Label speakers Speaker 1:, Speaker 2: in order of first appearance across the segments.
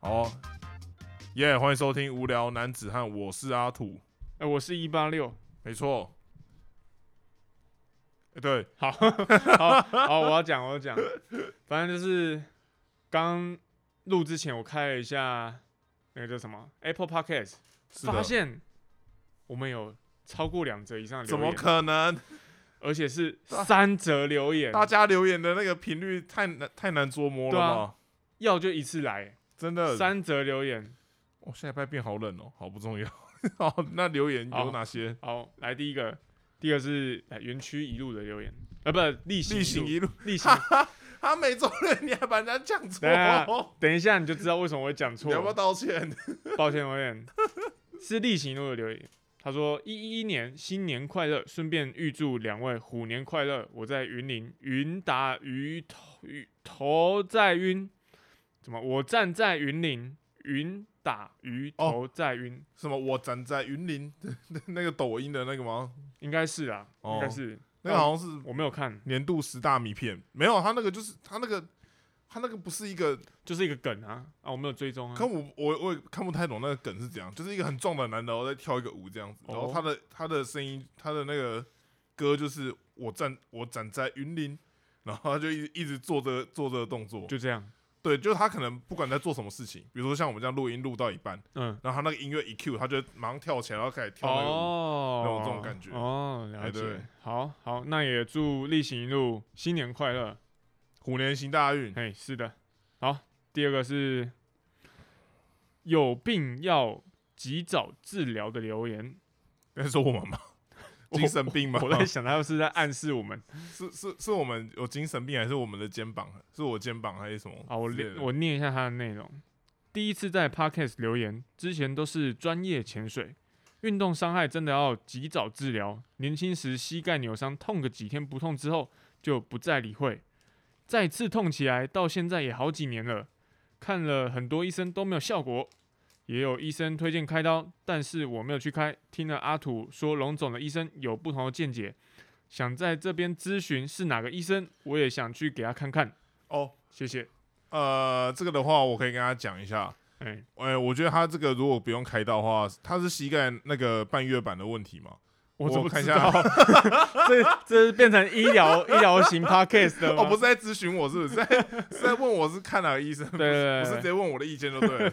Speaker 1: 好、哦，耶、欢迎收听《无聊男子汉》，我是阿土，
Speaker 2: 哎、我是一八六，
Speaker 1: 没错。哎对，
Speaker 2: 好，好，好，我要讲，我要讲，反正就是刚录之前，我开了一下那个叫什么 Apple Podcast，
Speaker 1: 是
Speaker 2: 发
Speaker 1: 的，
Speaker 2: 现我们有超过两折以上的
Speaker 1: 怎
Speaker 2: 留
Speaker 1: 么
Speaker 2: 言，
Speaker 1: 可能？
Speaker 2: 而且是
Speaker 1: 大
Speaker 2: 三折留言，
Speaker 1: 大家留言的那个频率太难太难捉摸了
Speaker 2: 对啊
Speaker 1: 吧？
Speaker 2: 要就一次来，
Speaker 1: 真的，
Speaker 2: 三折留言。
Speaker 1: 我、下一拜变好冷哦，好不重要。 好，那留言有
Speaker 2: 好
Speaker 1: 哪些？
Speaker 2: 好，来第一个，第一个是哎园区一路的留言，啊，不，例行
Speaker 1: 例
Speaker 2: 一
Speaker 1: 行
Speaker 2: 路，
Speaker 1: 一路，啊
Speaker 2: 例行。
Speaker 1: 他每周人你还把人家讲错
Speaker 2: 等一，下等一下你就知道为什么我会讲啊错
Speaker 1: 你要不要
Speaker 2: 了，
Speaker 1: 道歉？
Speaker 2: 抱歉，抱歉，是例行一路的留言。他说：“一一年新年快乐，顺便预祝两位虎年快乐。我在云林，云达鱼头鱼头在晕，怎么？我站在云林，云打鱼
Speaker 1: 哦
Speaker 2: 头在晕，
Speaker 1: 什么？我站在云林 那个抖音的那个吗？
Speaker 2: 应该是啊，
Speaker 1: 哦
Speaker 2: 应该是。
Speaker 1: 那个好像是
Speaker 2: 我没有看，
Speaker 1: 年度十大迷片，没有，他那个就是他那个他那个不是一个，
Speaker 2: 就是一个梗啊啊，我没有追踪啊
Speaker 1: 可。我我我也看不太懂那个梗是怎样，就是一个很壮的男的，然后在跳一个舞这样子，
Speaker 2: 哦
Speaker 1: 然后他的他的声音，他的那个歌就是我站我站在云林，然后他就一直一直做这个做这个动作，
Speaker 2: 就这样，
Speaker 1: 对，就是他可能不管在做什么事情，比如说像我们这样录音录到一半，
Speaker 2: 嗯，
Speaker 1: 然后他那个音乐一 Q，他就马上跳起来，然后开始跳那个舞，
Speaker 2: 哦，
Speaker 1: 那种这种感觉
Speaker 2: 哦，
Speaker 1: 哎
Speaker 2: 了
Speaker 1: 对
Speaker 2: 解。好好，那也祝例行一路新年快乐。
Speaker 1: 虎年行大运，
Speaker 2: 嘿，是的。好，第二个是有病要及早治疗的留言。
Speaker 1: 那是我们吗？ 精神病吗？
Speaker 2: 我在想，他是在暗示我们
Speaker 1: 是是是我们有精神病，还是我们的肩膀？是我肩膀还是什么
Speaker 2: 啊。我
Speaker 1: 之类
Speaker 2: 念
Speaker 1: 的？
Speaker 2: 我念一下他的内容。第一次在 podcast 留言，之前都是专业潜水。运动伤害真的要及早治疗。年轻时膝盖扭伤，痛个几天不痛之后就不再理会，再次痛起来，到现在也好几年了。看了很多医生都没有效果，也有医生推荐开刀，但是我没有去开。听了阿土说龙总的医生有不同的见解，想在这边咨询是哪个医生，我也想去给他看看。
Speaker 1: 哦，
Speaker 2: 谢谢。
Speaker 1: 呃，这个的话，我可以跟他讲一下。
Speaker 2: 哎、
Speaker 1: 哎、我觉得他这个如果不用开刀的话，他是膝盖那个半月板的问题嘛？
Speaker 2: 我怎
Speaker 1: 我
Speaker 2: 么
Speaker 1: 看一
Speaker 2: 知
Speaker 1: 下
Speaker 2: 道？ 这这是变成医 疗医疗型 podcast 的吗？
Speaker 1: 哦，不是在咨询我，是不是在是在问我是看哪个医生？
Speaker 2: 对，对
Speaker 1: 不是
Speaker 2: 对
Speaker 1: 直
Speaker 2: 对，
Speaker 1: 接问我的意见就对了。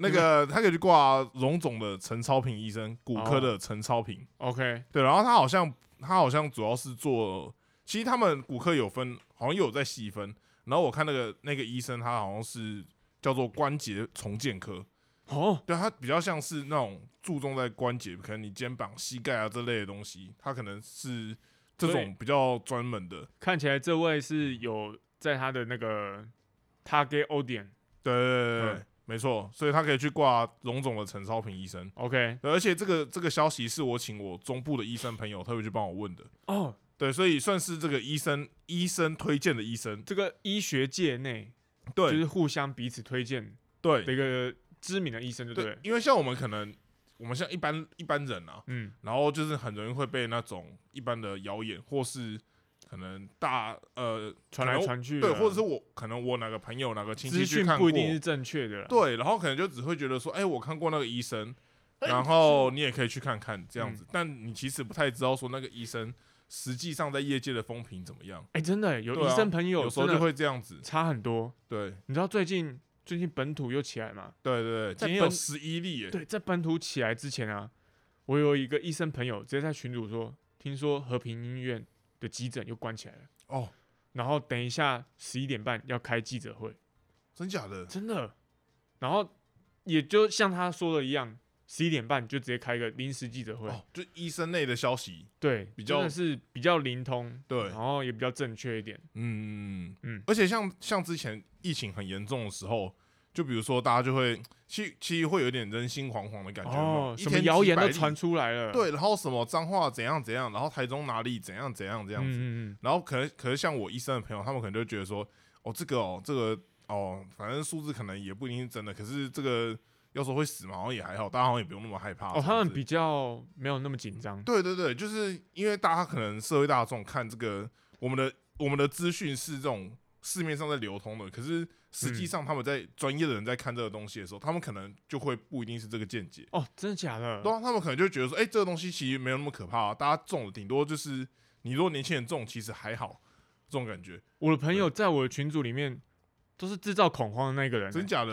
Speaker 1: 那个他可以去挂荣总的陈超平医生，骨科
Speaker 2: 哦
Speaker 1: 的陈超平。
Speaker 2: OK，
Speaker 1: 对，然后他好像他好像主要是做，其实他们骨科有分，好像有在细分。然后我看那个那个医生，他好像是叫做关节重建科，
Speaker 2: 哦，
Speaker 1: 对他比较像是那种注重在关节，可能你肩膀、膝盖啊这类的东西，他可能是这
Speaker 2: 所以
Speaker 1: 种比较专门的。
Speaker 2: 看起来这位是有在他的那个 target audience。
Speaker 1: 对对对对对
Speaker 2: 嗯
Speaker 1: 没错，所以他可以去挂荣总的陈超平医生。
Speaker 2: OK，
Speaker 1: 对而且这个这个消息是我请我中部的医生朋友特别去帮我问的，
Speaker 2: 哦，
Speaker 1: 对，所以算是这个医生医生推荐的医生，
Speaker 2: 这个医学界内
Speaker 1: 对，
Speaker 2: 就是互相彼此推荐
Speaker 1: 对
Speaker 2: 的一个知名的医生，对不对
Speaker 1: 对？，因为像我们可能，我们像一般一般人啊，
Speaker 2: 嗯，
Speaker 1: 然后就是很容易会被那种一般的谣言，或是可能大呃
Speaker 2: 传来传去
Speaker 1: 对
Speaker 2: 的，，
Speaker 1: 或者是我可能我哪个朋友哪个亲戚
Speaker 2: 啊资
Speaker 1: 去
Speaker 2: 讯
Speaker 1: 看
Speaker 2: 不
Speaker 1: 过，
Speaker 2: 一定是正确的啦。
Speaker 1: 对，然后可能就只会觉得说，哎、我看过那个医生，
Speaker 2: 哎
Speaker 1: 然后你也可以去看看这样
Speaker 2: 嗯
Speaker 1: 子，但你其实不太知道说那个医生实际上在业界的风评怎么样，
Speaker 2: 哎，真的有
Speaker 1: 对啊
Speaker 2: 医生朋友
Speaker 1: 有时候
Speaker 2: 真
Speaker 1: 就
Speaker 2: 的
Speaker 1: 会这样子，
Speaker 2: 差很多。
Speaker 1: 对
Speaker 2: 你知道最近最近本土又起来嘛？
Speaker 1: 对对对，
Speaker 2: 在
Speaker 1: 今天有
Speaker 2: 本
Speaker 1: 十一例耶，
Speaker 2: 对，在本土起来之前啊，我有一个医生朋友直接在群组说，听说和平医院的急诊又关起来了，
Speaker 1: 哦，
Speaker 2: 然后等一下十一点半要开记者会，
Speaker 1: 真假的，
Speaker 2: 真的。然后也就像他说的一样，十一点半就直接开个临时记者会，
Speaker 1: 哦，就医生内的消息，
Speaker 2: 对，
Speaker 1: 比较
Speaker 2: 真的是比较灵通，
Speaker 1: 对
Speaker 2: 然后也比较正确一点。
Speaker 1: 嗯嗯
Speaker 2: 嗯，
Speaker 1: 而且像像之前疫情很严重的时候，就比如说大家就会，其其实会有点人心惶惶的感觉，
Speaker 2: 哦，
Speaker 1: 一
Speaker 2: 什么
Speaker 1: 天
Speaker 2: 谣
Speaker 1: 几
Speaker 2: 言
Speaker 1: 百
Speaker 2: 都
Speaker 1: 例
Speaker 2: 传出来了，
Speaker 1: 对，然后什么脏话怎样怎样，然后台中哪里怎样怎样怎
Speaker 2: 嗯，
Speaker 1: 样子，
Speaker 2: 嗯嗯
Speaker 1: 然后可能可是像我医生的朋友，他们可能就觉得说，哦这个哦这个哦，反正数字可能也不一定是真的，可是这个要说会死嘛，好像也还好，大家好像也不用那么害怕。
Speaker 2: 哦，他们
Speaker 1: 这样子
Speaker 2: 比较没有那么紧张，
Speaker 1: 对对对，就是因为大家可能社会大众看这个我们的我们的资讯是这种市面上在流通的，可是实际上他们在专业的人在看这个东西的时候，他们可能就会不一定是这个见解。
Speaker 2: 哦，真的假的？
Speaker 1: 对啊，他们可能就觉得说，哎、这个东西其实没有那么可怕、啊，大家中了顶多就是你如果年轻人中，其实还好，这种感觉，
Speaker 2: 我的朋友在我的群组里面都是制造恐慌的那个人欸、
Speaker 1: 真假的？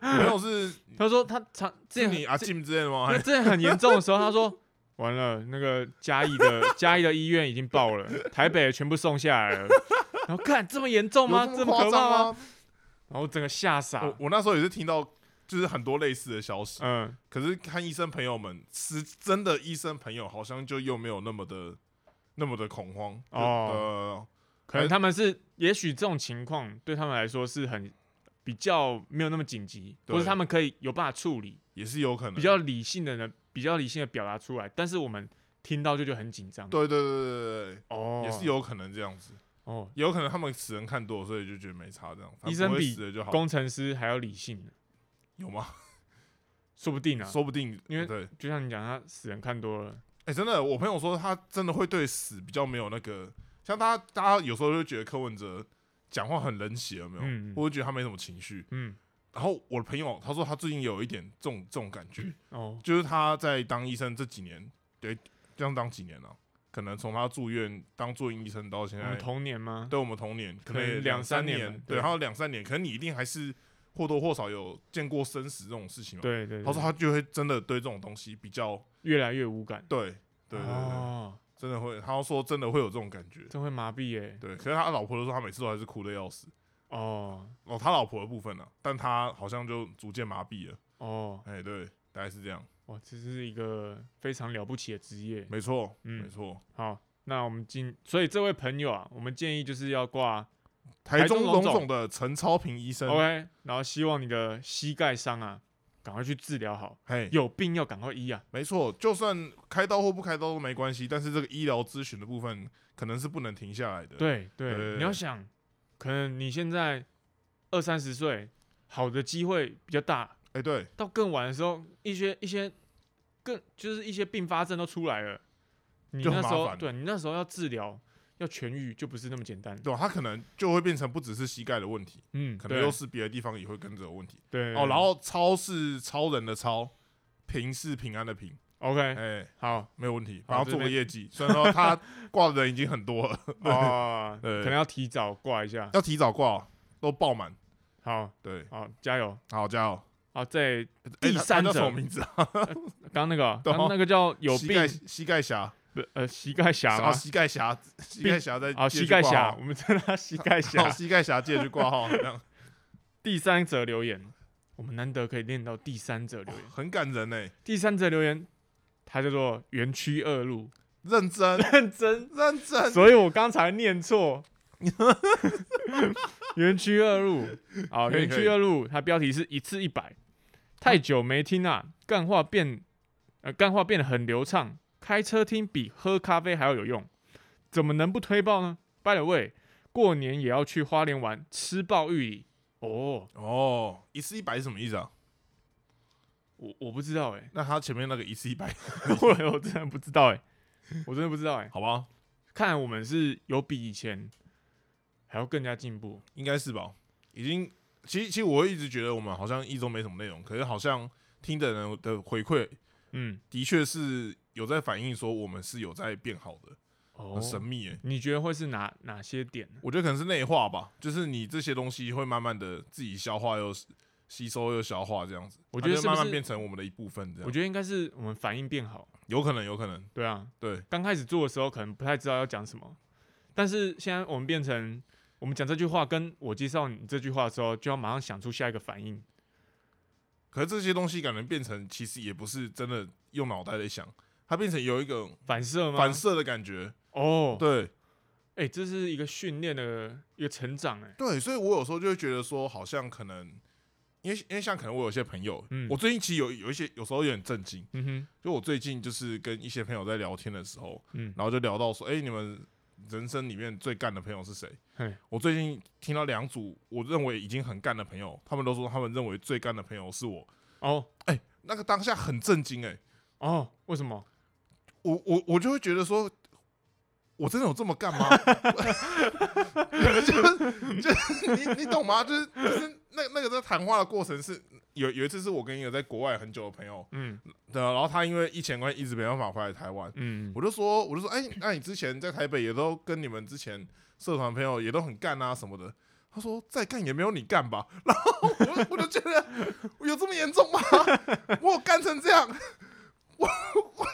Speaker 1: 没有是
Speaker 2: 他说他常之
Speaker 1: 是
Speaker 2: 前
Speaker 1: 你阿
Speaker 2: 之
Speaker 1: 进之类的吗？
Speaker 2: 那
Speaker 1: 还
Speaker 2: 之前很严重的时候，他说完了，那个嘉义的嘉义的医院已经爆了，台北全部送下来了。 然后看这么严重吗？
Speaker 1: 有
Speaker 2: 这
Speaker 1: 么夸
Speaker 2: 可
Speaker 1: 张
Speaker 2: 怕
Speaker 1: 吗？
Speaker 2: 吗？
Speaker 1: 哦
Speaker 2: 然后整个吓傻
Speaker 1: 我。我那时候也是听到，就是很多类似的消息。
Speaker 2: 嗯，
Speaker 1: 可是看医生朋友们，是真的医生朋友好像就又没有那么的那么的恐慌
Speaker 2: 哦
Speaker 1: 哦。
Speaker 2: 可能他们是，也许这种情况对他们来说是很比较没有那么紧急，
Speaker 1: 对
Speaker 2: 或者他们可以有办法处理，
Speaker 1: 呃也是有可能
Speaker 2: 比较理性的人比较理性的表达出来。但是我们听到就觉得很紧张。
Speaker 1: 对对对对对
Speaker 2: 哦
Speaker 1: 对，，也是有可能这样子，
Speaker 2: 哦，
Speaker 1: 也有可能他们死人看多，了，所以就觉得没差这样。反正
Speaker 2: 医生
Speaker 1: 不会
Speaker 2: 比
Speaker 1: 死了就好，
Speaker 2: 工程师还要理性呢，
Speaker 1: 有吗？
Speaker 2: 说不定啊。
Speaker 1: 说不定
Speaker 2: 因为
Speaker 1: 对，
Speaker 2: 就像你讲，他死人看多了，
Speaker 1: 哎，真的，我朋友说他真的会对死比较没有那个，像大家大家有时候就觉得柯文哲讲话很冷血，有没有？
Speaker 2: 嗯
Speaker 1: 我就觉得他没什么情绪。
Speaker 2: 嗯，
Speaker 1: 然后我的朋友他说他最近有一点这种这种感觉，
Speaker 2: 哦，
Speaker 1: 就是他在当医生这几年，对，这样当几年了、啊可能从他住院当住院医生到现
Speaker 2: 我
Speaker 1: 在
Speaker 2: 们，童年吗？
Speaker 1: 对我们童年，可
Speaker 2: 可能
Speaker 1: 也
Speaker 2: 两
Speaker 1: 两
Speaker 2: 三年
Speaker 1: 年
Speaker 2: 吧，对
Speaker 1: 对，还有两三年，可能你一定还是或多或少有见过生死这种事情嘛。，
Speaker 2: 对对，
Speaker 1: 他说
Speaker 2: 对
Speaker 1: 他就会真的对这种东西比较，
Speaker 2: 越来越无感。
Speaker 1: 对，对对对，
Speaker 2: 哦，
Speaker 1: 真的会，他说真的会有这种感觉。
Speaker 2: 真会麻痹耶。
Speaker 1: 对，可是他老婆都说他每次都还是哭的要死。
Speaker 2: 哦
Speaker 1: 哦，他老婆的部分呢、但他好像就逐渐麻痹了。
Speaker 2: 哦，
Speaker 1: 哎、对，大概是这样，
Speaker 2: 哇，这是一个非常了不起的职业。
Speaker 1: 没错，
Speaker 2: 嗯
Speaker 1: 没错。
Speaker 2: 好，那我们进，所以这位朋友啊，我们建议就是要挂
Speaker 1: 台
Speaker 2: 中
Speaker 1: 中
Speaker 2: 龙
Speaker 1: 龙
Speaker 2: 总
Speaker 1: 总的陈超平医生，
Speaker 2: OK，然后希望你的膝盖伤啊，赶快去治疗好，
Speaker 1: 嘿，
Speaker 2: 有病要赶快医啊。
Speaker 1: 没错，就算开刀或不开刀都没关系，但是这个医疗咨询的部分可能是不能停下来的。
Speaker 2: 对
Speaker 1: 对对
Speaker 2: 对，
Speaker 1: 对
Speaker 2: 你要想，可能你现在二三十岁，好的机会比较大，
Speaker 1: 哎、对，
Speaker 2: 到更晚的时候，一些一些更就是一些并发症都出来了，你
Speaker 1: 就很
Speaker 2: 那时
Speaker 1: 麻
Speaker 2: 候
Speaker 1: 烦
Speaker 2: 对你那时候要治疗要痊愈就不是那么简单。
Speaker 1: 对吧，他可能就会变成不只是膝盖的问题，
Speaker 2: 嗯，
Speaker 1: 可能
Speaker 2: 对
Speaker 1: 又是别的地方也会跟着有问题。
Speaker 2: 对
Speaker 1: 哦，然后超是超人的超，平是平安的平，哎、
Speaker 2: OK 好
Speaker 1: 没有问题，
Speaker 2: 好
Speaker 1: 帮他
Speaker 2: 这
Speaker 1: 做个
Speaker 2: 边
Speaker 1: 业绩。虽然说他挂的人已经很多了，
Speaker 2: 哦，
Speaker 1: 对
Speaker 2: 可能要提早挂一下。
Speaker 1: 要提早挂，哦都爆满。
Speaker 2: 好
Speaker 1: 对，
Speaker 2: 好加油！
Speaker 1: 好加油。
Speaker 2: 好，在
Speaker 1: 哎
Speaker 2: 第
Speaker 1: 他
Speaker 2: 三
Speaker 1: 他叫
Speaker 2: 者
Speaker 1: 什么名字啊？
Speaker 2: 刚那个
Speaker 1: 对哦
Speaker 2: 刚那个叫 有
Speaker 1: 膝
Speaker 2: 病
Speaker 1: 盖膝盖侠，
Speaker 2: 不呃膝盖侠
Speaker 1: 啊
Speaker 2: 吗？
Speaker 1: 膝盖侠，膝盖侠在
Speaker 2: 啊
Speaker 1: 借
Speaker 2: 膝
Speaker 1: 去
Speaker 2: 盖
Speaker 1: 挂
Speaker 2: 侠，
Speaker 1: 号
Speaker 2: 我，们叫他膝盖
Speaker 1: 然
Speaker 2: 侠
Speaker 1: 后。膝盖侠借去挂号，这样
Speaker 2: 第三则留言，我们难得可以念到第三则留言。
Speaker 1: 很感人欸呢、
Speaker 2: 第三则留言，它叫做园区二路，
Speaker 1: 认真
Speaker 2: 认真，
Speaker 1: 认真，
Speaker 2: 所以我刚才念 错。园区二路，好，
Speaker 1: 可以
Speaker 2: 园
Speaker 1: 可
Speaker 2: 区
Speaker 1: 以
Speaker 2: 二路，它标题是一次一百。太久没听啊，干话变，呃，干话变得很流畅，开车听比喝咖啡还要有用，怎么能不推爆呢？By the way，过年也要去花莲玩，吃爆玉里。哦，
Speaker 1: 哦，一次一百是什么意思啊？
Speaker 2: 我我不知道哎、
Speaker 1: 那他前面那个一次一百，
Speaker 2: 我我真的不知道哎、我真的不知道哎、
Speaker 1: 好吧，
Speaker 2: 看来我们是有比以前还要更加进步。
Speaker 1: 应该是吧？已经，其实其实我一直觉得我们好像一周没什么内容，可是好像听的人的回馈
Speaker 2: 嗯，
Speaker 1: 的确是有在反映说我们是有在变好的，
Speaker 2: 哦
Speaker 1: 很神秘诶、欸
Speaker 2: 你觉得会是哪哪些点呢？
Speaker 1: 我觉得可能是内化吧，就是你这些东西会慢慢的自己消化又吸收又消化这样子，
Speaker 2: 我觉得
Speaker 1: 它
Speaker 2: 是
Speaker 1: 啊就
Speaker 2: 不
Speaker 1: 慢慢
Speaker 2: 是
Speaker 1: 变成我们的一部分，这
Speaker 2: 我
Speaker 1: 样
Speaker 2: 觉得应该是我们反应变好。
Speaker 1: 有可能有可能
Speaker 2: 对啊，
Speaker 1: 对，
Speaker 2: 刚开始做的时候可能不太知道要讲什么，但是现在我们变成我们讲这句话，跟我介绍你这句话的时候，就要马上想出下一个反应。
Speaker 1: 可是这些东西感觉变成其实也不是真的用脑袋在想，它变成有一个
Speaker 2: 反射吗？
Speaker 1: 反射的感觉，
Speaker 2: 哦，
Speaker 1: 对。
Speaker 2: 哎、这是一个训练的一个成长、哎，
Speaker 1: 对，所以我有时候就会觉得说，好像可能，因为因为像可能我有些朋友，
Speaker 2: 嗯
Speaker 1: 我最近其实有有一些有时候有点震惊，
Speaker 2: 嗯哼，
Speaker 1: 就我最近就是跟一些朋友在聊天的时候，
Speaker 2: 嗯，
Speaker 1: 然后就聊到说，哎、你们人生里面最干的朋友是谁
Speaker 2: 嘿？
Speaker 1: 我最近听到两组我认为已经很干的朋友，他们都说他们认为最干的朋友是我，
Speaker 2: 哦
Speaker 1: 那个当下很震惊，哎，
Speaker 2: 哦，为什么？
Speaker 1: 我我我就会觉得说，我真的有这么干吗？就是就是你你懂吗？就是就是那那个在谈话的过程是有有一次是我跟一个在国外很久的朋友，
Speaker 2: 嗯
Speaker 1: 对啊，然后他因为疫情关系一直没办法回来台湾，
Speaker 2: 嗯，
Speaker 1: 我就说我就说哎、那你之前在台北也都跟你们之前社团朋友也都很干啊什么的。他说再干也没有你干吧，然后我我就觉得有这么严重吗？我有干成这样，我我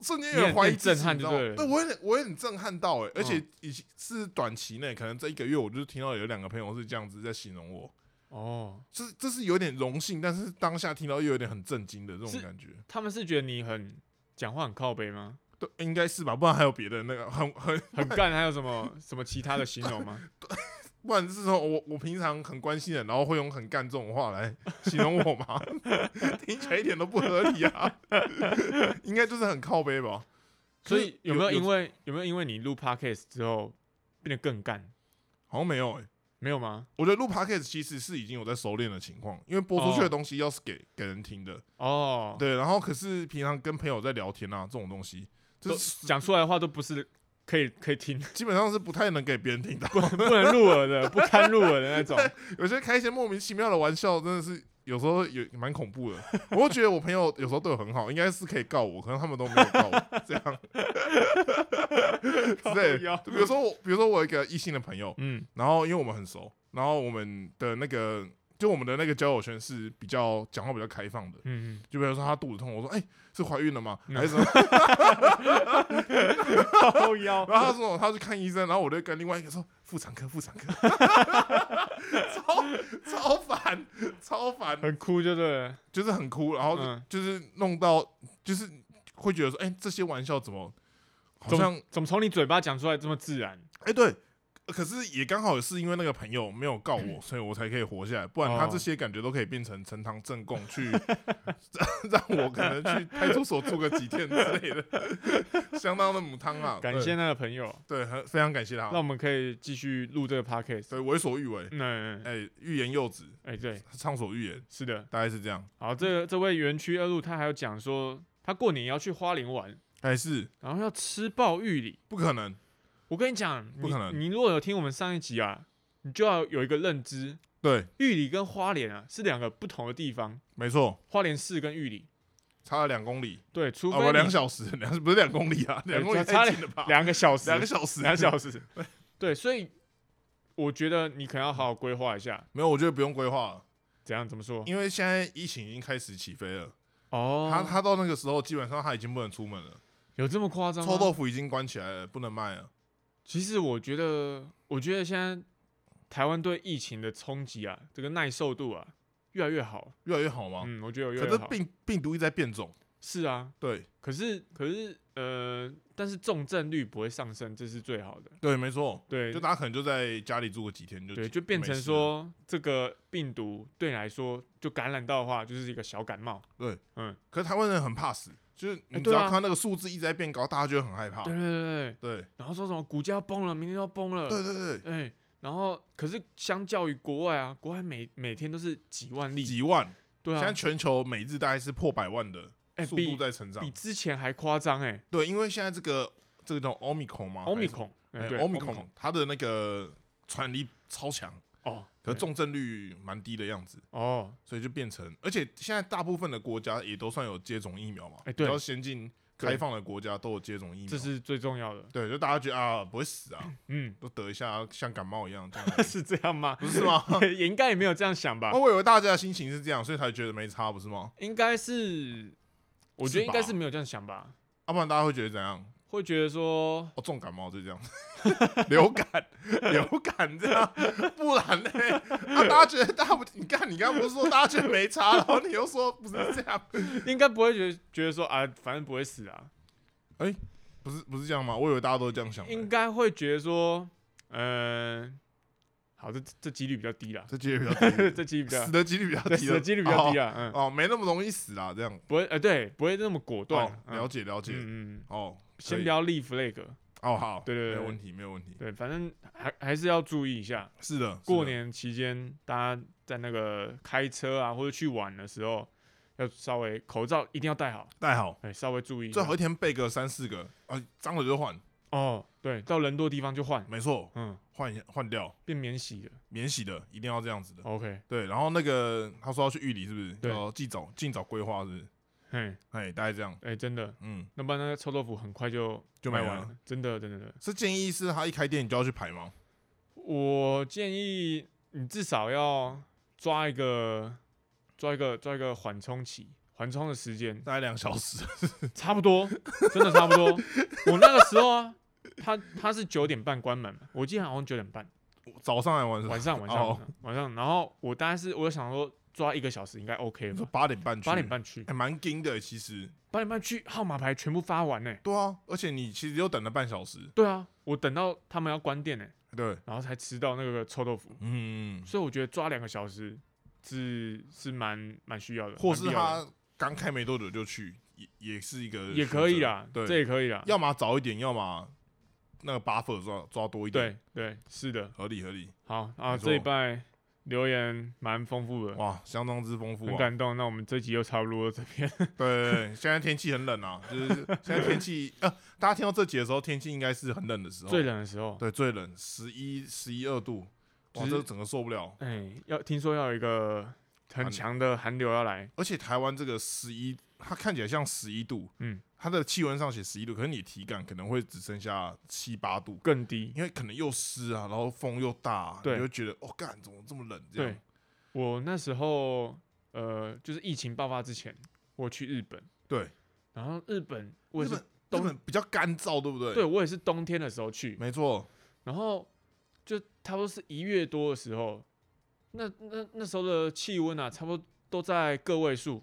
Speaker 1: 瞬间有点怀疑自己，
Speaker 2: 你很
Speaker 1: 你知道吗
Speaker 2: 震撼就对了
Speaker 1: 对，我有点我有点震撼到哎、而且
Speaker 2: 嗯
Speaker 1: 已经是短期内，可能这一个月我就听到有两个朋友是这样子在形容我，
Speaker 2: 哦，
Speaker 1: 就是这是有点荣幸，但是当下听到又有点很震惊的这
Speaker 2: 是
Speaker 1: 种感觉。
Speaker 2: 他们是觉得你很讲话很靠背吗？
Speaker 1: 对，应该是吧，不然还有别的那个很很，
Speaker 2: 很干，还有什么什么其他的形容 吗？
Speaker 1: 不然是说我我平常很关心人，然后会用很干这种话来形容我 吗？听起来一点都不合理啊， 应该就是很靠背吧。
Speaker 2: 所以有没有
Speaker 1: 有
Speaker 2: 因为有没有因为你录 podcast 之后变得更干？
Speaker 1: 好像没有诶、欸
Speaker 2: 没有吗？
Speaker 1: 我觉得录 podcast 其实是已经有在熟练的情况，因为播出去的东西要是给、给人听的，
Speaker 2: 哦，
Speaker 1: 对。然后可是平常跟朋友在聊天啊，这种东西就
Speaker 2: 都
Speaker 1: 是
Speaker 2: 讲出来的话都不是可以可以听，
Speaker 1: 基本上是不太能给别人听到。
Speaker 2: 不能入耳的，不堪入耳的那种。
Speaker 1: 有些开一些莫名其妙的玩笑，真的是有时候有蛮恐怖的。我会觉得我朋友有时候对我很好，应该是可以告我，可能他们都没有告我这 样。对，
Speaker 2: 靠腰
Speaker 1: 就比如说我，比如说我有一个异性的朋友，
Speaker 2: 嗯
Speaker 1: 然后因为我们很熟，然后我们的那个就我们的那个交友圈是比较讲话比较开放的。
Speaker 2: 嗯，
Speaker 1: 就比如说她肚子痛，我说哎、是怀孕了吗？
Speaker 2: 嗯
Speaker 1: 还是什么？
Speaker 2: 靠腰
Speaker 1: 然后他说他去看医生，然后我就跟另外一个说妇产科，妇产科， 超超烦，超烦。
Speaker 2: 很酷，就对了。
Speaker 1: 就是很哭，然后就
Speaker 2: 嗯
Speaker 1: 就是弄到就是会觉得说，哎、这些玩笑怎么好像
Speaker 2: 怎么从你嘴巴讲出来这么自然？
Speaker 1: 哎、对，可是也刚好是因为那个朋友没有告我，所以我才可以活下来，不然他
Speaker 2: 哦
Speaker 1: 这些感觉都可以变成呈堂证供去 让我可能去派出所住个几天之类的，相当的母汤啊，
Speaker 2: 感谢那个朋友，
Speaker 1: 对，对很非常感谢
Speaker 2: 那
Speaker 1: 他，
Speaker 2: 我们可以继续录这个 podcast。
Speaker 1: 对，为所欲为，
Speaker 2: 嗯嗯，嗯
Speaker 1: 哎、欲言又止，
Speaker 2: 哎，对，
Speaker 1: 畅所欲言，
Speaker 2: 是的。
Speaker 1: 大概是这样，
Speaker 2: 好，这个这位园区二路他还有讲说，他过年要去花莲玩，
Speaker 1: 还、是
Speaker 2: 然后要吃爆玉里。
Speaker 1: 不可能，
Speaker 2: 我跟你讲，
Speaker 1: 不
Speaker 2: 你
Speaker 1: 可能
Speaker 2: 你如果有听我们上一集啊，你就要有一个认知，
Speaker 1: 对，
Speaker 2: 玉里跟花莲啊是两个不同的地方，
Speaker 1: 没错，
Speaker 2: 花莲市跟玉里。
Speaker 1: 差了两公里。
Speaker 2: 对，除
Speaker 1: 啊，我
Speaker 2: 非
Speaker 1: 两
Speaker 2: 两
Speaker 1: 小时，两不是两公里啊，两公里
Speaker 2: 差
Speaker 1: 太近了吧？
Speaker 2: 两个小时，
Speaker 1: 两个小时，
Speaker 2: 两小时。对，所以我觉得你可能要好好规划一下，
Speaker 1: 没有，我觉得不用规划了，
Speaker 2: 怎样怎么说？
Speaker 1: 因为现在疫情已经开始起飞了。
Speaker 2: 哦，
Speaker 1: 他他到那个时候，基本上他已经不能出门了，
Speaker 2: 有这么夸张吗？
Speaker 1: 臭豆腐已经关起来了，不能卖了。
Speaker 2: 其实我觉得，我觉得现在台湾对疫情的冲击啊，这个耐受度啊，越来越好。
Speaker 1: 越来越好吗？
Speaker 2: 嗯，我觉得有越
Speaker 1: 可
Speaker 2: 来越
Speaker 1: 是
Speaker 2: 好。
Speaker 1: 病病毒一直在变种，
Speaker 2: 是啊，
Speaker 1: 对
Speaker 2: 可是可是呃，但是重症率不会上升，这是最好的。
Speaker 1: 对，没错，
Speaker 2: 对
Speaker 1: 就，大家可能就在家里住个几天就
Speaker 2: 对，就变成说这个病毒对你来说，就感染到的话，就是一个小感冒。
Speaker 1: 可是台湾人很怕死，就是
Speaker 2: 哎
Speaker 1: 你只
Speaker 2: 对啊
Speaker 1: 要看到那个数字一直在变高，大家就会很害怕。
Speaker 2: 对对对对，
Speaker 1: 对
Speaker 2: 然后说什么股价要崩了，明天要崩了。
Speaker 1: 对对
Speaker 2: 哎、然后可是相较于国外啊，国外每每天都是几万
Speaker 1: 对，
Speaker 2: 例，
Speaker 1: 几万，
Speaker 2: 对
Speaker 1: 现
Speaker 2: 啊
Speaker 1: 在，全球每日大概是破百万的
Speaker 2: 哎、
Speaker 1: 速度
Speaker 2: 比
Speaker 1: 在成长
Speaker 2: 比，之前还夸张哎
Speaker 1: 对，因为现在这个这个叫 omicron 嘛
Speaker 2: 欧米孔，
Speaker 1: 还
Speaker 2: 哎
Speaker 1: 是
Speaker 2: 对，
Speaker 1: 啊哎 omicron 它的那个传染力超强，
Speaker 2: 哦，
Speaker 1: 可
Speaker 2: 对
Speaker 1: 是重症率蛮低的样子，
Speaker 2: 哦，
Speaker 1: 所以就变成，而且现在大部分的国家也都算有接种疫苗嘛，
Speaker 2: 哎
Speaker 1: 比
Speaker 2: 对
Speaker 1: 较先进
Speaker 2: 对
Speaker 1: 开放的国家都有接种疫苗，
Speaker 2: 这是最重要的，
Speaker 1: 对，就大家觉得啊不会死 啊，
Speaker 2: 嗯，
Speaker 1: 都得一下像感冒一样这样 而已，
Speaker 2: 是这样吗？
Speaker 1: 不 是 吗？
Speaker 2: 也应该也没有这样想吧，
Speaker 1: 哦我以为大家的心情是这样，所以才觉得没差，不是吗？
Speaker 2: 应该是，我觉
Speaker 1: 是
Speaker 2: 得应该
Speaker 1: 吧
Speaker 2: 是没有这样想吧，
Speaker 1: 要、啊不然大家会觉得怎样？
Speaker 2: 会觉得说，
Speaker 1: 哦，重感冒就这样， 流感，流感这样，不然呢？啊，大家觉得大家不，你看你刚刚不是说大家觉得没差，然后你又说不是这样，
Speaker 2: 应该不会觉得觉得说啊，反正不会死啊，
Speaker 1: 不是不是这样吗？我以为大家都这样想的、
Speaker 2: 应该会觉得说，嗯，好，这这几率比较低啦，
Speaker 1: 这几率比较低，
Speaker 2: 这几率比较
Speaker 1: 死的几率比较
Speaker 2: 对，
Speaker 1: 低，
Speaker 2: 死的几率比较低
Speaker 1: 啊，
Speaker 2: 啊，嗯，
Speaker 1: 哦，没那么容易死啦，这样，
Speaker 2: 不会，呃，对，不会那么果断
Speaker 1: 哦，
Speaker 2: 嗯
Speaker 1: 了解了解，
Speaker 2: 嗯嗯，嗯
Speaker 1: 哦，
Speaker 2: 先
Speaker 1: 可以
Speaker 2: 不要立 flag，
Speaker 1: 哦，好，
Speaker 2: 对对对
Speaker 1: 没有
Speaker 2: 对
Speaker 1: 问题，没有问题，
Speaker 2: 对，反正还还是要注意一下。
Speaker 1: 是的，是的
Speaker 2: 过年期间，大家在那个开车啊或者去玩的时候，要稍微口罩一定要戴好，
Speaker 1: 戴好，
Speaker 2: 哎，稍微注意一下。
Speaker 1: 呃最好一天备个三四个，啊，脏了就换，
Speaker 2: 哦，对，到人多地方就换，
Speaker 1: 没错，
Speaker 2: 嗯，
Speaker 1: 换一下换掉
Speaker 2: 变免洗了。
Speaker 1: 免洗的，一定要这样子的。
Speaker 2: OK，
Speaker 1: 对，然后那个他说要去玉里，是不是？
Speaker 2: 对
Speaker 1: 要尽早尽早规划，是不是？
Speaker 2: 嘿，哎、
Speaker 1: 哎，大概这样。
Speaker 2: 真的，
Speaker 1: 嗯，
Speaker 2: 那不然那个臭豆腐很快就
Speaker 1: 就
Speaker 2: 卖
Speaker 1: 没
Speaker 2: 完
Speaker 1: 了
Speaker 2: 了，真的，真的，真的。
Speaker 1: 是建议是他一开店你就要去排吗？
Speaker 2: 我建议你至少要抓一个抓一个抓一个缓冲期，缓冲的 时间
Speaker 1: 大概两小时。
Speaker 2: 差不多，真的差不多。我那个时候啊，他他是九点半关门嘛，我记得好像九点半，
Speaker 1: 早上还晚上？哦
Speaker 2: 晚上晚 上晚上晚上，然后我大概是我想说抓一个小时应该 OK
Speaker 1: 你说
Speaker 2: 吧，
Speaker 1: 八点半去？
Speaker 2: 八点，半去，
Speaker 1: 还蛮紧的欸其实。
Speaker 2: 八点半去号码牌全部发完呢、
Speaker 1: 对啊，而且你其实又等了半小时。
Speaker 2: 对啊，我等到他们要关店呢、
Speaker 1: 对，
Speaker 2: 然后才吃到那个臭豆腐，
Speaker 1: 嗯，
Speaker 2: 所以我觉得抓两个小时是是蛮蛮需要的，
Speaker 1: 或
Speaker 2: 蛮
Speaker 1: 是
Speaker 2: 必要的
Speaker 1: 他刚开没多久就去，也也是一个
Speaker 2: 也可以
Speaker 1: 选择
Speaker 2: 啦，
Speaker 1: 对
Speaker 2: 这也可以啦，
Speaker 1: 要么早一点，要么那个 buffer 抓抓多一点，
Speaker 2: 对对是的，
Speaker 1: 合理合理。
Speaker 2: 好啊，
Speaker 1: 没错
Speaker 2: 这一拜留言蛮丰富的，
Speaker 1: 哇，相当之丰富
Speaker 2: 很
Speaker 1: 啊！
Speaker 2: 感动。那我们这集又差不多到这 边，
Speaker 1: 对对对，现在天气很冷啊，就是 现在天气呃，大家听到这集的时候，天气应该是很冷的时候，
Speaker 2: 最冷的时候，
Speaker 1: 对最冷十一十一二度，哇，
Speaker 2: 就是
Speaker 1: 这整个受不了。
Speaker 2: 哎，要听说要有一个很
Speaker 1: 寒
Speaker 2: 强的寒流要来，
Speaker 1: 而且台湾这个十一，它看起来像十一度，
Speaker 2: 嗯，
Speaker 1: 它的气温上写十一度，可是你体感可能会只剩下七八度，
Speaker 2: 更低。
Speaker 1: 因为可能又湿啊，然后风又大、啊，
Speaker 2: 对
Speaker 1: 你就觉得哦，干怎么这么冷这
Speaker 2: 对
Speaker 1: 样？，
Speaker 2: 我那时候呃，就是疫情爆发之前，我去日本，
Speaker 1: 对，
Speaker 2: 然后日本我也
Speaker 1: 日
Speaker 2: 是
Speaker 1: 本日本比较干燥，对不对？
Speaker 2: 对，我也是冬天的时候去，
Speaker 1: 没错，
Speaker 2: 然后就差不多是一月多的时候，那那那时候的气温啊，差不多都在个位数，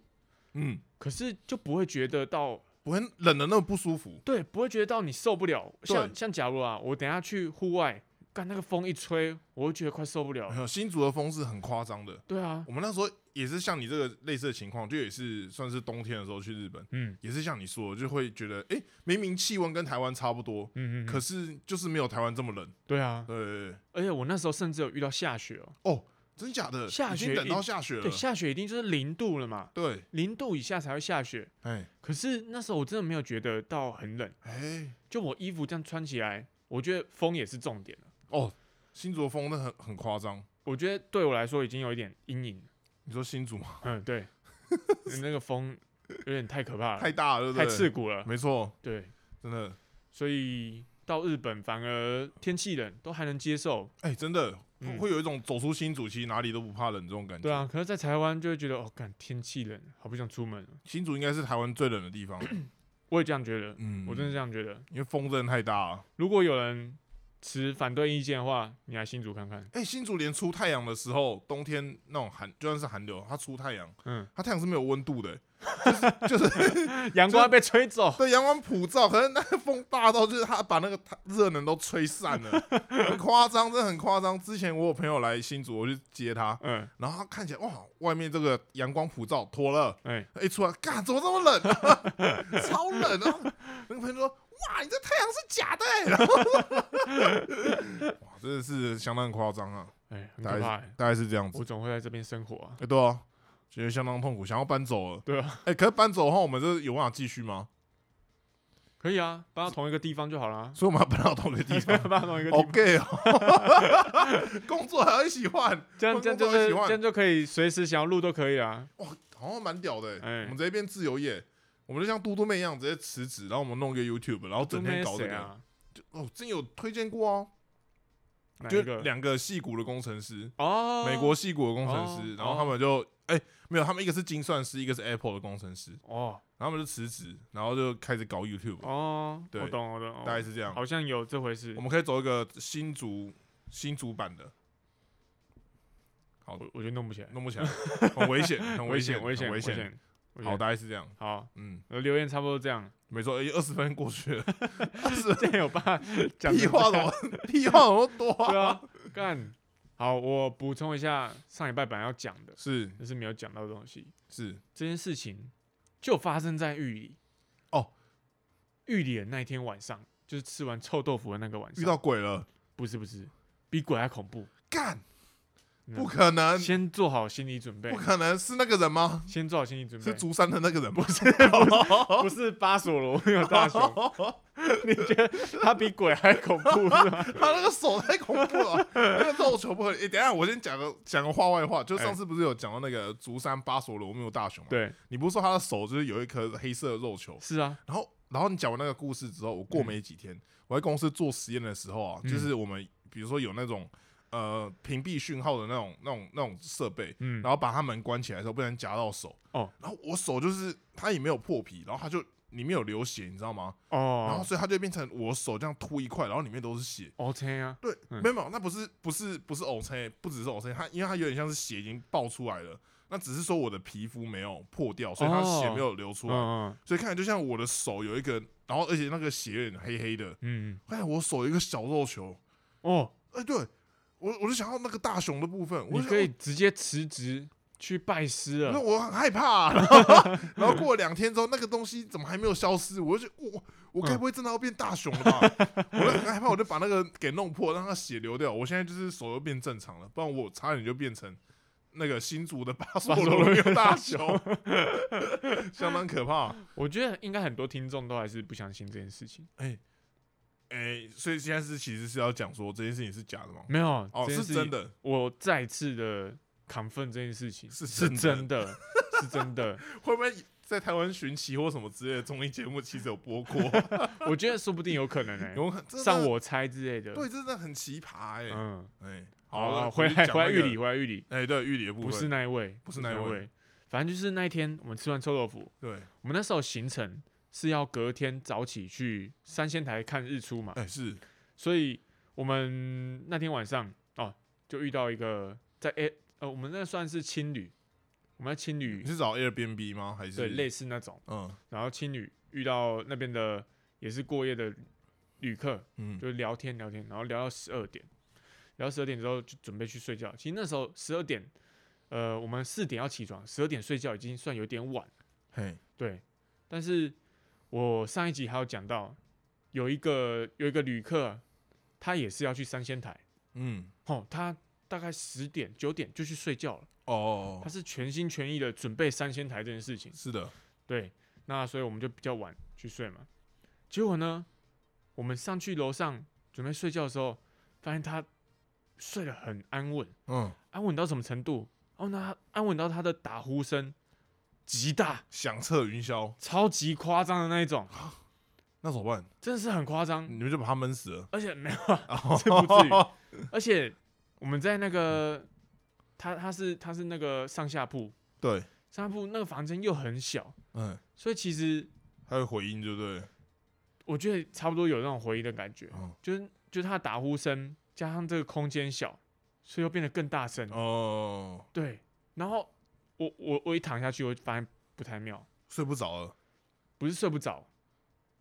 Speaker 1: 嗯，
Speaker 2: 可是就不会觉得到
Speaker 1: 不会冷的那么不舒服，
Speaker 2: 对，不会觉得到你受不了。
Speaker 1: 对
Speaker 2: 像像假如啊，我等一下去户外，干那个风一吹，我会觉得快受不了
Speaker 1: 没
Speaker 2: 了。
Speaker 1: 有新竹的风是很夸张的。
Speaker 2: 对啊，
Speaker 1: 我们那时候也是像你这个类似的情况，就也是算是冬天的时候去日本，
Speaker 2: 嗯
Speaker 1: 也是像你说的，就会觉得哎、诶明明气温跟台湾差不多，
Speaker 2: 嗯嗯，
Speaker 1: 可是就是没有台湾这么冷。
Speaker 2: 对啊，
Speaker 1: 对对对，
Speaker 2: 而且我那时候甚至有遇到下雪哦、
Speaker 1: 真假的？
Speaker 2: 下
Speaker 1: 已
Speaker 2: 雪
Speaker 1: 经等到下雪了
Speaker 2: 对，。啊下雪一定就是零度了嘛，
Speaker 1: 对，
Speaker 2: 零度以下才会下雪。
Speaker 1: 哎
Speaker 2: 可是那时候我真的没有觉得到很冷，
Speaker 1: 哎，
Speaker 2: 就我衣服这样穿起来，我觉得风也是重点了。
Speaker 1: 哦，新竹的风那很很夸张。
Speaker 2: 我觉得对我来说已经有一点阴影了。
Speaker 1: 你说新竹吗？
Speaker 2: 嗯， 对，那个风有点太可怕了，
Speaker 1: 太大了，对不
Speaker 2: 啊太
Speaker 1: 对？
Speaker 2: 刺骨了。
Speaker 1: 没错，
Speaker 2: 对，
Speaker 1: 真的，
Speaker 2: 所以到日本反而天气冷都还能接受。
Speaker 1: 哎、真的、
Speaker 2: 嗯
Speaker 1: 会有一种走出新竹，其实哪里都不怕冷这种感觉。
Speaker 2: 对啊，可是，在台湾就会觉得哦，感天气冷，好不想出门哦。
Speaker 1: 新竹应该是台湾最冷的 地方。
Speaker 2: 我也这样觉得，
Speaker 1: 嗯，
Speaker 2: 我真的这样觉得。
Speaker 1: 因为风真的太大了。
Speaker 2: 如果有人持反对意见的话，你来新竹看看。
Speaker 1: 哎、新竹连出太阳的时候，冬天那种寒，就算是寒流，它出太阳，
Speaker 2: 嗯，
Speaker 1: 它太阳是没有温度的、欸
Speaker 2: 阳光被吹走，
Speaker 1: 对，阳光普照，可是那个风大到就是它把那个太热能都吹散了，很夸张，真的很夸张。之前我有朋友来新竹，我去接他，
Speaker 2: 嗯，
Speaker 1: 然后他看起来哇，外面这个阳光普照脱了，
Speaker 2: 哎、
Speaker 1: 一出来，干怎么这么冷、超冷 啊！那个朋友说：“哇，你这太阳是假的、欸。” 然后 哇，真的是相当夸张啊，
Speaker 2: 哎、很可怕、欸。
Speaker 1: 大概是这样子。
Speaker 2: 我总会在这边生活啊
Speaker 1: 哎、。对啊，觉得相当痛苦，想要搬走了。
Speaker 2: 对啊，
Speaker 1: 哎、可是搬走的话，我们这有办法继续吗？
Speaker 2: 可以啊，搬到同一个地方就好
Speaker 1: 。
Speaker 2: 啦
Speaker 1: 所以我们要搬到同一个地方。
Speaker 2: 搬到 同一个地
Speaker 1: 好
Speaker 2: 方，
Speaker 1: gay 哦， 工作还要一起换，
Speaker 2: 这样这样就
Speaker 1: 工作
Speaker 2: 是
Speaker 1: 喜欢
Speaker 2: 这样就可以随时想要录都可以啊啦。
Speaker 1: 哇，好像蛮屌的欸、
Speaker 2: 哎
Speaker 1: 我们直接变自由业，我们就像嘟嘟妹一样，直接辞职，然后我们弄一个 YouTube，然后整天搞这
Speaker 2: 谁
Speaker 1: 个。
Speaker 2: 啊？
Speaker 1: 哦，真有推荐过哦、
Speaker 2: 哪
Speaker 1: 就
Speaker 2: 一个？
Speaker 1: 两个戏骨的工程师，
Speaker 2: 哦，
Speaker 1: 美国戏骨的工程师，
Speaker 2: 哦
Speaker 1: 然后他们就哎、没有，他们一个是精算师，一个是 Apple 的工程师，
Speaker 2: 哦
Speaker 1: 然后他们就辞职，然后就开始搞 YouTube，、
Speaker 2: 哦，
Speaker 1: 对
Speaker 2: 我懂我懂，
Speaker 1: 大概
Speaker 2: 哦
Speaker 1: 是这样。
Speaker 2: 好像有这回事
Speaker 1: 我。们可以走一个新竹新竹版的，
Speaker 2: 我我觉得弄不起来，
Speaker 1: 弄不起来，很危 险，很
Speaker 2: 危
Speaker 1: 险，
Speaker 2: 危
Speaker 1: 很
Speaker 2: 险
Speaker 1: 危
Speaker 2: 危
Speaker 1: 险。
Speaker 2: 险。危
Speaker 1: 好，
Speaker 2: 险
Speaker 1: 大概是这样。
Speaker 2: 好，
Speaker 1: 嗯，
Speaker 2: 呃留言差不多这样，
Speaker 1: 没错，二十分过去了，
Speaker 2: 这有办法 讲
Speaker 1: 屁
Speaker 2: 成
Speaker 1: 话
Speaker 2: 这
Speaker 1: 怎
Speaker 2: 样
Speaker 1: 么屁话怎么多
Speaker 2: 对
Speaker 1: 啊？
Speaker 2: 啊，干。好，我补充一下上礼拜本来要讲的，
Speaker 1: 是
Speaker 2: 但是没有讲到的东西。
Speaker 1: 是，
Speaker 2: 这件事情就发生在玉里
Speaker 1: 哦，
Speaker 2: 玉里的那一天晚上，就是吃完臭豆腐的那个晚上，
Speaker 1: 遇到鬼了，
Speaker 2: 不是不是，比鬼还恐怖。
Speaker 1: 干，不可能，
Speaker 2: 先做好心理准备
Speaker 1: 嗯不，可能是那个人吗？
Speaker 2: 先做好心理准备
Speaker 1: 是。竹山的那个人吗？不是，
Speaker 2: 不是巴索
Speaker 1: 哦
Speaker 2: 罗那个大熊，你觉得他比鬼还恐怖是吗？
Speaker 1: 他那个手太恐怖了，那个肉球不合理。诶等一下我先讲个讲个话外话，就上次不是有讲到那个竹山巴索罗缪大熊吗？
Speaker 2: 哎对，
Speaker 1: 你不是说他的手就是有一颗黑色的肉球？
Speaker 2: 是啊，
Speaker 1: 然后然后你讲完那个故事之后，我过没几天，我在公司做实验的时候啊，
Speaker 2: 嗯
Speaker 1: 就是我们比如说有那种呃屏蔽讯号的那种那种那种设备，
Speaker 2: 嗯
Speaker 1: 然后把它门关起来的时候不能夹到手。
Speaker 2: 哦，
Speaker 1: 然后我手就是它也没有破皮，然后它就里面有流血，你知道吗？然后
Speaker 2: 哦
Speaker 1: 所以它就变成我手这样凸一块，然后里面都是血。
Speaker 2: ，OK 啊，
Speaker 1: 对，
Speaker 2: 嗯
Speaker 1: 没有没有，那不是不是不是呕车，不只是呕车，它因为它有点像是血已经爆出来了，那只是说我的皮肤没有破掉，所以它血
Speaker 2: 哦
Speaker 1: 没有流出
Speaker 2: 嗯
Speaker 1: 来，
Speaker 2: 嗯
Speaker 1: 所以看起来就像我的手有一个，然后而且那个血有点黑黑的，
Speaker 2: 嗯，
Speaker 1: 哎，我手有一个小肉球，
Speaker 2: 哦，
Speaker 1: 哎，对我我就想要那个大熊的部分，我
Speaker 2: 你
Speaker 1: 就
Speaker 2: 可以直接辞职去拜师
Speaker 1: 那
Speaker 2: 了。
Speaker 1: 我很害怕、然后 然后过了两天之后，那个东西怎么还没有消失？我就觉得我我该不会真的要变大熊了吧？我就很害怕，我就把那个给弄破，让它血流掉。我现在就是手又变正常了，不然我差点就变成那个新竹的 巴索罗缪大熊，相当可怕。
Speaker 2: 我觉得应该很多听众都还是不相信这件事情。
Speaker 1: 哎、所以现在是其实是要讲说这件事情是假的吗？
Speaker 2: 没有，
Speaker 1: 哦，
Speaker 2: 这件
Speaker 1: 是
Speaker 2: 事
Speaker 1: 真。的，
Speaker 2: 我再次的 confirm 这件事情
Speaker 1: 是
Speaker 2: 是
Speaker 1: 真的
Speaker 2: 真的，是真的。
Speaker 1: 会不会在台湾寻奇或什么之类的综艺节目其实有播 过？
Speaker 2: 我觉得说不定有可能哎，
Speaker 1: 有可能
Speaker 2: 上我猜之类的。
Speaker 1: 啊对，这真的很奇葩哎、
Speaker 2: 嗯，
Speaker 1: 哎，
Speaker 2: 好
Speaker 1: 了
Speaker 2: 了，回来回来玉里，，回来玉里，
Speaker 1: 哎，对，玉里的部分
Speaker 2: 不是那一位，
Speaker 1: 不是那一位
Speaker 2: 位，反正就是那一天我们吃完臭豆腐，
Speaker 1: 对，
Speaker 2: 我们那时候行程是要隔天早起去三仙台看日出嘛，
Speaker 1: 哎是，
Speaker 2: 所以我们那天晚上哦就遇到一个在诶呃我们那算是青旅，我们在青旅
Speaker 1: 你是找 Airbnb 吗？还是
Speaker 2: 对类似那种，
Speaker 1: 嗯
Speaker 2: 然后青旅遇到那边的也是过夜的旅客，
Speaker 1: 嗯，
Speaker 2: 就聊天聊天，然后聊到十二点，聊到十二点之后就准备去睡觉。其实那时候十二点，呃，我们四点要起床，十二点睡觉已经算有点晚，
Speaker 1: 嘿，
Speaker 2: 对。但是我上一集还有讲到，有一个有一个旅客，啊他也是要去三仙台，
Speaker 1: 嗯，
Speaker 2: 哦，他大概十点九点就去睡觉了，
Speaker 1: 哦
Speaker 2: 他，是全心全意的准备三仙台这件事情。
Speaker 1: 是的，
Speaker 2: 对，那所以我们就比较晚去睡嘛。结果呢，我们上去楼上准备睡觉的时候，发现他睡得很安稳，
Speaker 1: 嗯，
Speaker 2: 安稳到什么程度？哦，那他安稳到他的打呼声极大，
Speaker 1: 响彻云霄，
Speaker 2: 超级夸张的那一种，
Speaker 1: 那怎么办？
Speaker 2: 真的是很夸张。
Speaker 1: 你们就把它闷死 了，
Speaker 2: 而且没有啊，
Speaker 1: 这
Speaker 2: 这不至于。而且我们在那个他他是他是那个上下铺，
Speaker 1: 对，
Speaker 2: 上下铺那个房间又很小，
Speaker 1: 嗯，
Speaker 2: 所以其实
Speaker 1: 还有回音，对不对？
Speaker 2: 我觉得差不多有那种回忆的感觉。
Speaker 1: 嗯，
Speaker 2: 就是就是他的打呼声加上这个空间小，所以又变得更大声。
Speaker 1: 哦，
Speaker 2: 对，然后我我我一躺下去，我就发现不太妙，
Speaker 1: 睡不着了，
Speaker 2: 不是睡不着，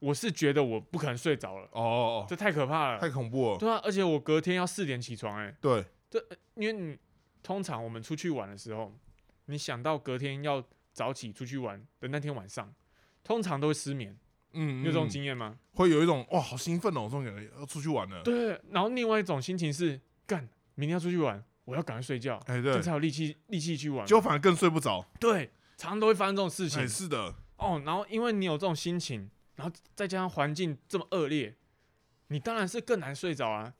Speaker 2: 我是觉得我不可能睡着了，
Speaker 1: 哦，
Speaker 2: 这太可怕
Speaker 1: 太
Speaker 2: 了。
Speaker 1: 恐怖了，
Speaker 2: 对啊，而且我隔天要四点起床、欸，哎，
Speaker 1: 对，
Speaker 2: 因为你通常我们出去玩的时候，你想到隔天要早起出去玩的那天晚上，通常都会失眠，
Speaker 1: 嗯，
Speaker 2: 你有这种经验吗？
Speaker 1: 会有一种哇，好兴奋哦，这种感觉，要出去玩了，，
Speaker 2: 对，然后另外一种心情是，干，明天要出去玩，我要赶快睡觉，
Speaker 1: 哎
Speaker 2: 这
Speaker 1: 对
Speaker 2: 样，才有力气力气去玩。
Speaker 1: 就反而更睡不着，
Speaker 2: 对，常常都会发生这种事情、
Speaker 1: 哎是的，
Speaker 2: 哦。然后因为你有这种心情，然后再加上环境这么恶劣，你当然是更难睡着啊。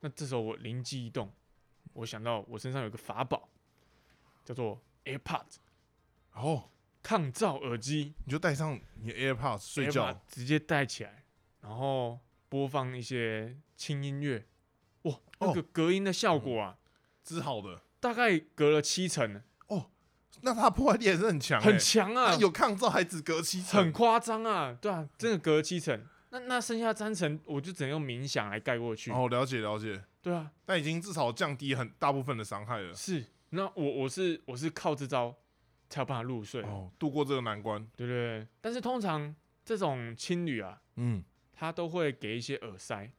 Speaker 2: 那这时候我灵机一动，我想到我身上有个法宝，叫做 AirPods
Speaker 1: 然后
Speaker 2: 抗噪耳机，
Speaker 1: 你就带上你的 AirPods 睡
Speaker 2: AirPods
Speaker 1: 觉，
Speaker 2: 直接戴起来，然后播放一些轻音乐，哇，那
Speaker 1: 哦嗯
Speaker 2: 个隔音的效果啊，
Speaker 1: 织好的。
Speaker 2: 大概隔了七成，
Speaker 1: 那它破坏力也是很强、欸，
Speaker 2: 很强啊，
Speaker 1: 它有嗯抗造还只隔七层，
Speaker 2: 很夸张啊，对啊，真的隔了七层，那那剩下三层我就只能用冥想来盖过去。
Speaker 1: 哦，了解了解，
Speaker 2: 对啊，
Speaker 1: 但已经至少降低很大部分的伤害了，
Speaker 2: 是，那我我是我是靠这招才有办法入睡，
Speaker 1: 哦，度过这个难关，
Speaker 2: 对不对？但是通常这种青旅啊，
Speaker 1: 嗯，
Speaker 2: 他都会给一些耳塞，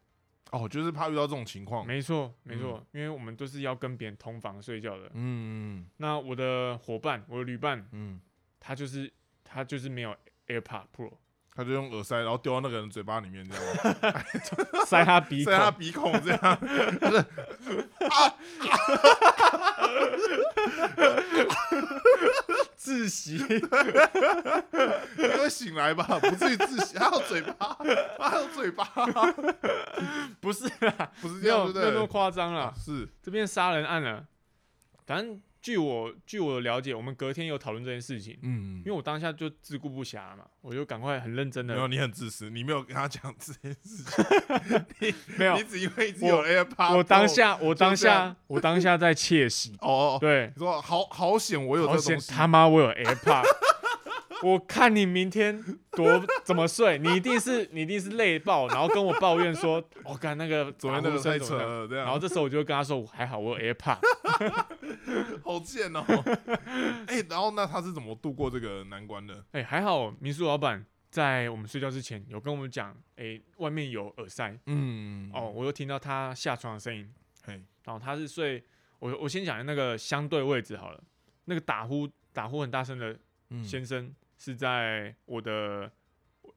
Speaker 1: 哦，就是怕遇到这种情况，
Speaker 2: 没错没错，因为我们都是要跟别人同房睡觉的。
Speaker 1: 嗯
Speaker 2: 那我的伙伴，我的旅伴
Speaker 1: 嗯，嗯，
Speaker 2: 他就是他就是没有 AirPod Pro，
Speaker 1: 他就用耳塞，然后丢到那个人嘴巴里面，这样吗，
Speaker 2: 塞他鼻
Speaker 1: 在他
Speaker 2: 孔，
Speaker 1: 鼻孔这样，就是啊，啊
Speaker 2: 窒息，
Speaker 1: 你会醒来吧？不至于窒息，还有嘴巴，还有 嘴巴，
Speaker 2: 不是啦，
Speaker 1: 不 是
Speaker 2: 没
Speaker 1: 这样，对
Speaker 2: 有
Speaker 1: 不
Speaker 2: 没有那
Speaker 1: 对？
Speaker 2: 么夸张啊啦。
Speaker 1: 是，
Speaker 2: 这边杀人案了，反正据我据我了解，我们隔天有讨论这件事情，
Speaker 1: 嗯
Speaker 2: 因为，我当下就自顾不暇嘛，我就赶快很认真的
Speaker 1: 没有，你很自私，你没有跟他讲这件事情，
Speaker 2: 没有
Speaker 1: 你，只因为自己有 AirPod，
Speaker 2: 我当
Speaker 1: Pro
Speaker 2: 下我当
Speaker 1: 这样
Speaker 2: 下我当下在窃喜，
Speaker 1: 哦哦，哦
Speaker 2: 对，
Speaker 1: 你说好好险，我有这
Speaker 2: 好
Speaker 1: 个东
Speaker 2: 险
Speaker 1: 西，
Speaker 2: 他妈我有 AirPod，我看你明天多怎么睡，你一定是你一定是累爆，然后跟我抱怨说， 我、哦、干那个
Speaker 1: 昨天那个
Speaker 2: 打呼声
Speaker 1: 太
Speaker 2: 怎
Speaker 1: 扯
Speaker 2: 么样
Speaker 1: 了，这啊
Speaker 2: 然后
Speaker 1: 样
Speaker 2: 这时候我就会跟他说，我还好我有 AirPod，
Speaker 1: 好贱 哦。哎，然后那他是怎么度过这个难关的？
Speaker 2: 哎、还好民宿老板在我们睡觉之前有跟我们讲，哎、外面有耳塞，
Speaker 1: 嗯
Speaker 2: 哦，，我又听到他下床的声音，
Speaker 1: 嘿，
Speaker 2: 然后他是睡，我我先讲那个相对位置好了，那个打呼打呼很大声的
Speaker 1: 嗯
Speaker 2: 先生是在我的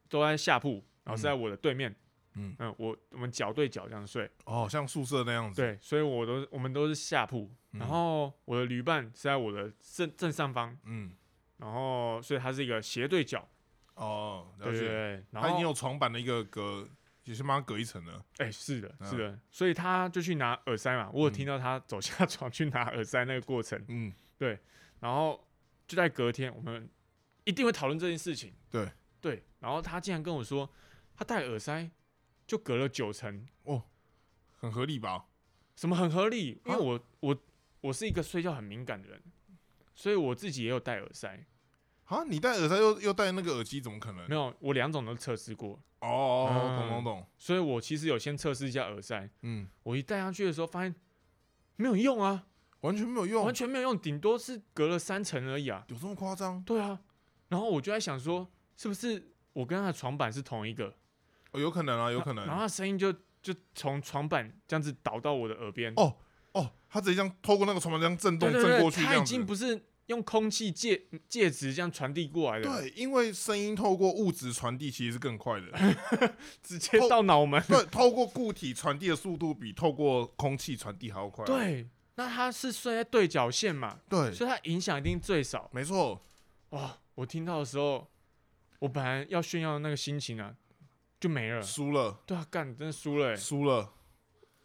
Speaker 2: 都在下铺，然后是在我的对面。
Speaker 1: 嗯
Speaker 2: 嗯我我们脚对脚这样睡，
Speaker 1: 哦，像宿舍那样子，
Speaker 2: 对，所以我都我们都是下铺，
Speaker 1: 嗯
Speaker 2: 然后我的旅伴是在我的正正上方，
Speaker 1: 嗯，
Speaker 2: 然后所以它是一个斜对角，
Speaker 1: 哦，
Speaker 2: 对
Speaker 1: 了
Speaker 2: 对
Speaker 1: 解。
Speaker 2: 对，然
Speaker 1: 他已经
Speaker 2: 后
Speaker 1: 有床板的一个隔，也是帮他隔一层了。
Speaker 2: 哎、是的，
Speaker 1: 嗯
Speaker 2: 是的，所以他就去拿耳塞嘛，我有
Speaker 1: 嗯
Speaker 2: 听到他走下 床去拿耳塞那个过程，
Speaker 1: 嗯，
Speaker 2: 然后就在隔天，我们一定会讨论这件事情。
Speaker 1: 对
Speaker 2: 对，然后他竟然跟我说，他戴耳塞就隔了九层，
Speaker 1: 很合理吧？
Speaker 2: 什么很合理？因为
Speaker 1: 啊
Speaker 2: 我我我是一个睡觉很敏感的人，所以我自己也有戴耳塞。
Speaker 1: 啊，你戴耳塞又又戴那个耳机，怎么可能？
Speaker 2: 没有，我两种都测试过，
Speaker 1: 哦哦哦，
Speaker 2: 嗯
Speaker 1: 懂懂懂，
Speaker 2: 所以我其实有先测试一下耳塞。
Speaker 1: 嗯，
Speaker 2: 我一戴上去的时候发现没有用啊，
Speaker 1: 完全没有用
Speaker 2: 完，全没有用，顶多是隔了三层而已啊。
Speaker 1: 有这么夸张？
Speaker 2: 对啊，然后我就在想说，是不是我跟他的床板是同一个？
Speaker 1: 哦，有可能啊，有
Speaker 2: 然
Speaker 1: 可
Speaker 2: 然
Speaker 1: 能。
Speaker 2: 后他声音就就从床板这样子倒到我的耳边，
Speaker 1: 哦哦，他直接这样透过那个床板这样震动
Speaker 2: 对对
Speaker 1: 震
Speaker 2: 对
Speaker 1: 过去，这
Speaker 2: 他已
Speaker 1: 样
Speaker 2: 经
Speaker 1: 子。
Speaker 2: 不是用空气介介质这样传递过来的，，
Speaker 1: 对，因为声音透过物质传递其实是更快 的，
Speaker 2: 直接
Speaker 1: 透
Speaker 2: 到脑门。
Speaker 1: 对，透过固体传递的速度比透过空气传递还要快啊。
Speaker 2: 对，那他是睡在对角线嘛，
Speaker 1: 对，
Speaker 2: 所以他影响一定最少。
Speaker 1: 没错，
Speaker 2: 哇，我听到的时候，我本来要炫耀的那个心情啊，就没了。
Speaker 1: 输了，
Speaker 2: 对啊，干，真的输了、欸，
Speaker 1: 输了，